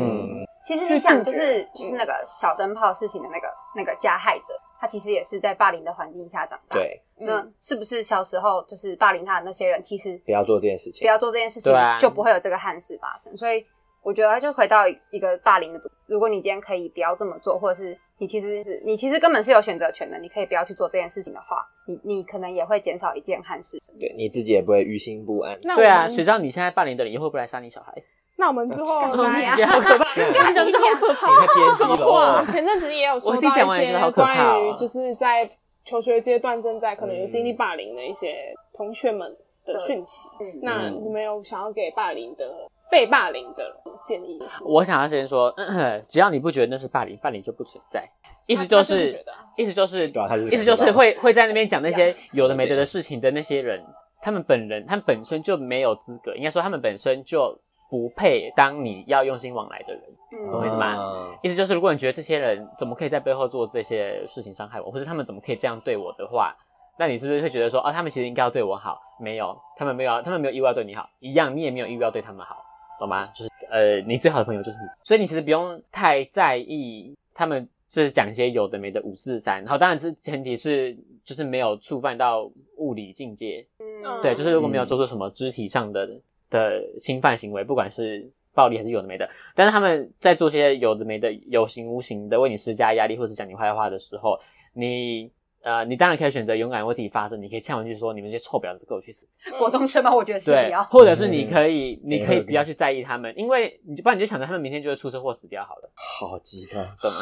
Speaker 3: 嗯，
Speaker 1: 其实
Speaker 2: 去
Speaker 1: 你想，
Speaker 2: 杜
Speaker 1: 就
Speaker 2: 绝
Speaker 1: 是就是那个小灯泡事情的那个那个加害者，他其实也是在霸凌的环境下长大。，
Speaker 3: 对，
Speaker 2: 嗯
Speaker 1: 那是不是小时候就是霸凌他的那些人，其实
Speaker 3: 不要做这件事情
Speaker 1: 不要做这件事情
Speaker 4: 对啊，
Speaker 1: 就不会有这个憾事发生。所以我觉得，就回到一个霸凌的主，如果你今天可以不要这么做，或者是你其实是你其实根本是有选择权的，你可以不要去做这件事情的话，你你可能也会减少一件憾事。
Speaker 3: 对你自己也不会于心不安。
Speaker 2: 那我
Speaker 4: 对啊，
Speaker 2: 们
Speaker 4: 谁知道你现在霸凌的人以后会不会来杀你小孩？
Speaker 2: 那我们之后
Speaker 1: 干嘛
Speaker 2: 来 啊
Speaker 1: 呀
Speaker 4: 你觉得好可怕！你刚才讲这好可怕。
Speaker 3: 啊
Speaker 1: 啊
Speaker 3: 你太偏激了
Speaker 2: 我
Speaker 3: 哦
Speaker 2: 们！前阵子也有收
Speaker 4: 我
Speaker 2: 到
Speaker 4: 自己讲
Speaker 2: 一
Speaker 4: 完也觉
Speaker 2: 些
Speaker 4: 得好可怕哦嗯
Speaker 2: 关于就是在求学阶段正在可能有经历霸凌的一些同学们的讯息。
Speaker 1: 嗯，
Speaker 2: 那
Speaker 3: 嗯
Speaker 2: 你们有想要给霸凌的被霸凌的建议是吗？
Speaker 4: 我想要先说，咳咳只要你不觉得那是霸凌，霸凌就不存在。意思就
Speaker 2: 他他就是
Speaker 4: 是
Speaker 2: 觉得啊，
Speaker 4: 意思就是，
Speaker 3: 对啊他就是
Speaker 4: 意思就是
Speaker 3: 感觉到
Speaker 4: 会会在那边讲那些有的没的的事情的那些人，他们本人，他们本身就没有资格，应该说他们本身就不配当你要用心往来的人。
Speaker 1: 嗯
Speaker 4: 懂我意思吗
Speaker 3: 啊
Speaker 4: 意思就是，如果你觉得这些人怎么可以在背后做这些事情伤害我，或者他们怎么可以这样对我的话，那你是不是会觉得说，哦，他们其实应该要对我好？没有，他们没有要，他们没有义务要对你好，一样你也没有义务要对他们好，懂吗？就是呃，你最好的朋友就是你，所以你其实不用太在意他们就是讲一些有的没的五四三，然后当然是前提是就是没有触犯到物理境界，
Speaker 1: 嗯
Speaker 4: 对，就是如果没有做出什么肢体上的的侵犯行为，不管是暴力还是有的没的，但是他们在做些有的没的、有形无形的为你施加压力或者讲你坏话的时候，你呃，你当然可以选择勇敢为自己发声，你可以呛回去说你们这些臭婊子给我去死，
Speaker 1: 国中生嘛，我觉得是比
Speaker 4: 对
Speaker 1: 较，
Speaker 4: 或者是你可以，你可以
Speaker 3: 嗯
Speaker 4: 不要去在意他们，因为你就不然你就想着他们明天就会出车祸死掉好了，
Speaker 3: 好极端，
Speaker 4: 懂吗？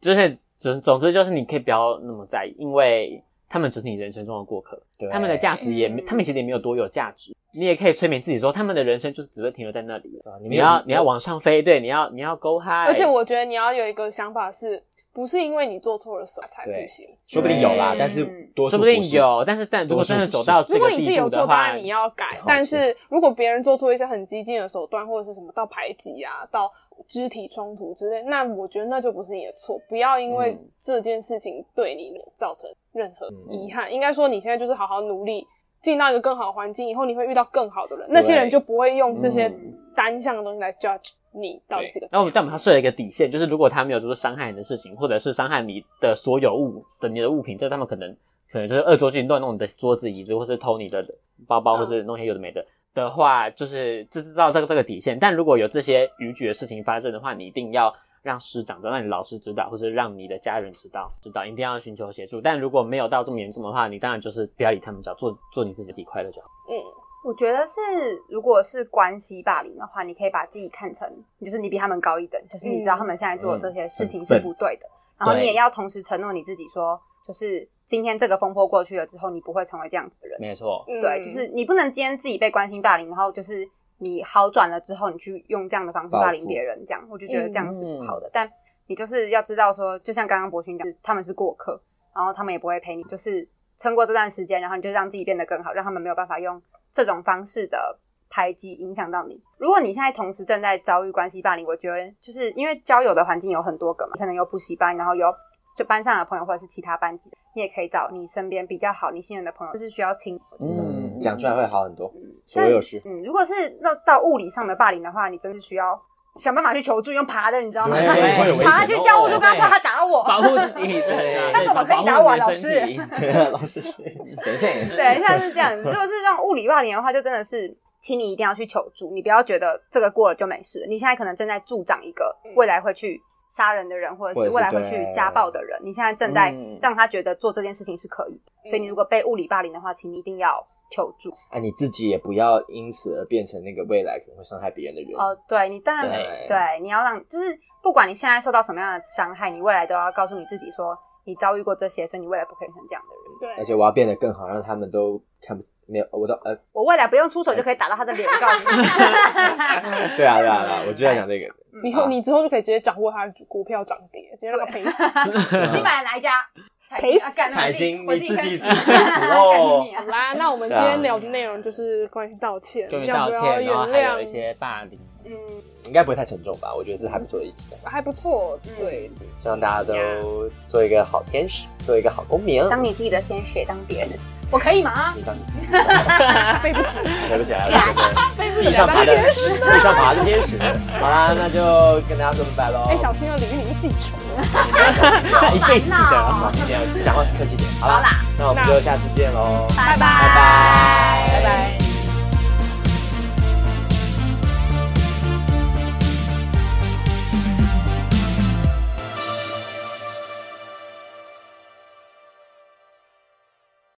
Speaker 4: 就是总总之就是你可以不要那么在意，因为他们只是你人生中的过客。
Speaker 3: 对
Speaker 4: 他们的价值也没，
Speaker 1: 嗯
Speaker 4: 他们其实也没有多有价值。你也可以催眠自己说，他们的人生就是只会停留在那里了。
Speaker 3: 啊你
Speaker 4: 你
Speaker 3: 们
Speaker 4: 要你要往上飞，对，你要你要 go high。
Speaker 2: 而且我觉得你要有一个想法是。不是因为你做错了什么才不行？
Speaker 3: 说不定有啦
Speaker 1: 嗯，
Speaker 3: 但是多数
Speaker 4: 说不
Speaker 3: 不
Speaker 4: 定
Speaker 3: 是
Speaker 4: 有，但是但如果
Speaker 3: 多数
Speaker 4: 真的
Speaker 3: 不
Speaker 4: 走
Speaker 3: 是
Speaker 4: 到这
Speaker 2: 如果
Speaker 4: 个
Speaker 2: 你自己
Speaker 4: 地
Speaker 2: 有
Speaker 4: 步
Speaker 2: 做，
Speaker 4: 的
Speaker 2: 当
Speaker 4: 话
Speaker 2: 然，你要改
Speaker 3: 好。
Speaker 2: 但是如果别人做出一些很激进的手段，或者是什么到排挤啊、到肢体冲突之类，那我觉得那就不是你的错。不要因为
Speaker 3: 嗯
Speaker 2: 这件事情对你造成任何
Speaker 3: 嗯
Speaker 2: 遗憾。应该说，你现在就是好好努力，进到一个更好的环境，以后你会遇到更好的人，那些人就不会用这些
Speaker 3: 嗯
Speaker 2: 单向的东西来 judge 你到底是个怎样的人。
Speaker 4: 那我们但我们要设一个底线，就是如果他没有做出伤害你的事情，或者是伤害你的所有物的你的物品，就是他们可能可能就是恶作剧乱弄你的桌子、椅子，或是偷你的包包，
Speaker 2: 嗯
Speaker 4: 或是弄些有的没的的话，就是知知道这个这个底线。但如果有这些逾矩的事情发生的话，你一定要让师长知道，让你老师知道，或是让你的家人知道，知道一定要寻求协助。但如果没有到这么严重的话，你当然就是不要理他们，只要做做你自己，自己快乐就好。
Speaker 2: 嗯，
Speaker 1: 我觉得是，如果是关系霸凌的话，你可以把自己看成，就是你比他们高一等，就是你知道他们现在做的这些事情是不对的，然后你也要同时承诺你自己说，就是今天这个风波过去了之后，你不会成为这样子的人。
Speaker 4: 没错，
Speaker 2: 嗯
Speaker 1: 对，就是你不能今天自己被关心霸凌，然后就是你好转了之后，你去用这样的方式霸凌别人，这样我就觉得这样是不好的。但你就是要知道说，就像刚刚博勋讲，他们是过客，然后他们也不会陪你，就是撑过这段时间，然后你就让自己变得更好，让他们没有办法用这种方式的排挤影响到你。如果你现在同时正在遭遇关系霸凌，我觉得就是因为交友的环境有很多个嘛，可能有补习班，然后有就班上的朋友或者是其他班级，你也可以找你身边比较好、你信任的朋友，就是需要亲。
Speaker 3: 嗯，讲出来会好很多。
Speaker 1: 嗯
Speaker 3: 所有事，
Speaker 1: 嗯，如果是那到物理上的霸凌的话，你真是需要想办法去求助，用爬的，你知道吗？
Speaker 3: 对
Speaker 4: 会有危险哦
Speaker 1: 爬下去叫我就跟他说他打我，
Speaker 4: 保护自己，对
Speaker 1: 那怎么可以打我啊老师？
Speaker 4: 保护你的身体
Speaker 3: 对啊， 老 师，谁谁？
Speaker 1: 对，像是这样。如果是这种物理霸凌的话，就真的是，请你一定要去求助，你不要觉得这个过了就没事了。你现在可能正在助长一个未来会去杀人的人，或者
Speaker 3: 或者
Speaker 1: 是
Speaker 3: 是
Speaker 1: 未来会去家暴的人，你现在正在
Speaker 4: 嗯
Speaker 1: 让他觉得做这件事情是可以的。所以你如果被物理霸凌的话，请你一定要求助。
Speaker 3: 啊，你自己也不要因此而变成那个未来可能会伤害别人的人。
Speaker 1: 哦，对你当然
Speaker 3: 对
Speaker 1: 对，你要让就是不管你现在受到什么样的伤害，你未来都要告诉你自己说，你遭遇过这些，所以你未来不可以变成这样的人。
Speaker 2: 对
Speaker 3: 而。且我要变得更好，让他们都看不没有我都呃，
Speaker 1: 我未来不用出手就可以打到他的脸，我告诉 你。
Speaker 3: 对啊对啊对啊，我就在讲这个。
Speaker 2: 以
Speaker 4: 啊
Speaker 2: 后你之后就可以直接掌握它的股票涨跌，直接让它赔死。
Speaker 1: 你买了哪一家？
Speaker 2: 赔死
Speaker 3: 财
Speaker 1: 财啊
Speaker 3: 经
Speaker 1: 我
Speaker 3: 你自己
Speaker 1: 自己
Speaker 3: 赔死哦
Speaker 1: 干你
Speaker 2: 好
Speaker 1: 啊
Speaker 2: 啦，那我们今天聊的内容就是关于道歉，
Speaker 4: 对于道
Speaker 2: 要不要
Speaker 4: 歉，
Speaker 2: 原
Speaker 4: 然后还有一
Speaker 2: 谅？
Speaker 4: 些霸凌。
Speaker 1: 嗯，
Speaker 3: 应该不会太沉重吧？我觉得是还不错的一题，
Speaker 2: 还不错，对，
Speaker 3: 希望大家都做一个好天使，做一个好公民。
Speaker 1: 当你自己的天使，也当别人的，我可以吗？
Speaker 3: 你 当
Speaker 4: 嗯
Speaker 2: 飞不 起，
Speaker 3: 对不起啊，对对对
Speaker 2: 飞不起
Speaker 3: 地上
Speaker 2: 来，
Speaker 3: 爬的
Speaker 2: 天
Speaker 3: 天
Speaker 2: 使。
Speaker 3: 使，地上爬的天使。好啦，那就跟大家说拜拜喽。
Speaker 2: 哎，小心哦，里面你会记 仇。
Speaker 4: 一辈子
Speaker 1: 好
Speaker 4: 的
Speaker 1: 烦哦。
Speaker 3: 小心点，讲话客气点。好
Speaker 1: 好啦，
Speaker 3: 啦那我们就下次见喽，
Speaker 1: 拜拜
Speaker 3: 拜拜，
Speaker 2: 拜拜。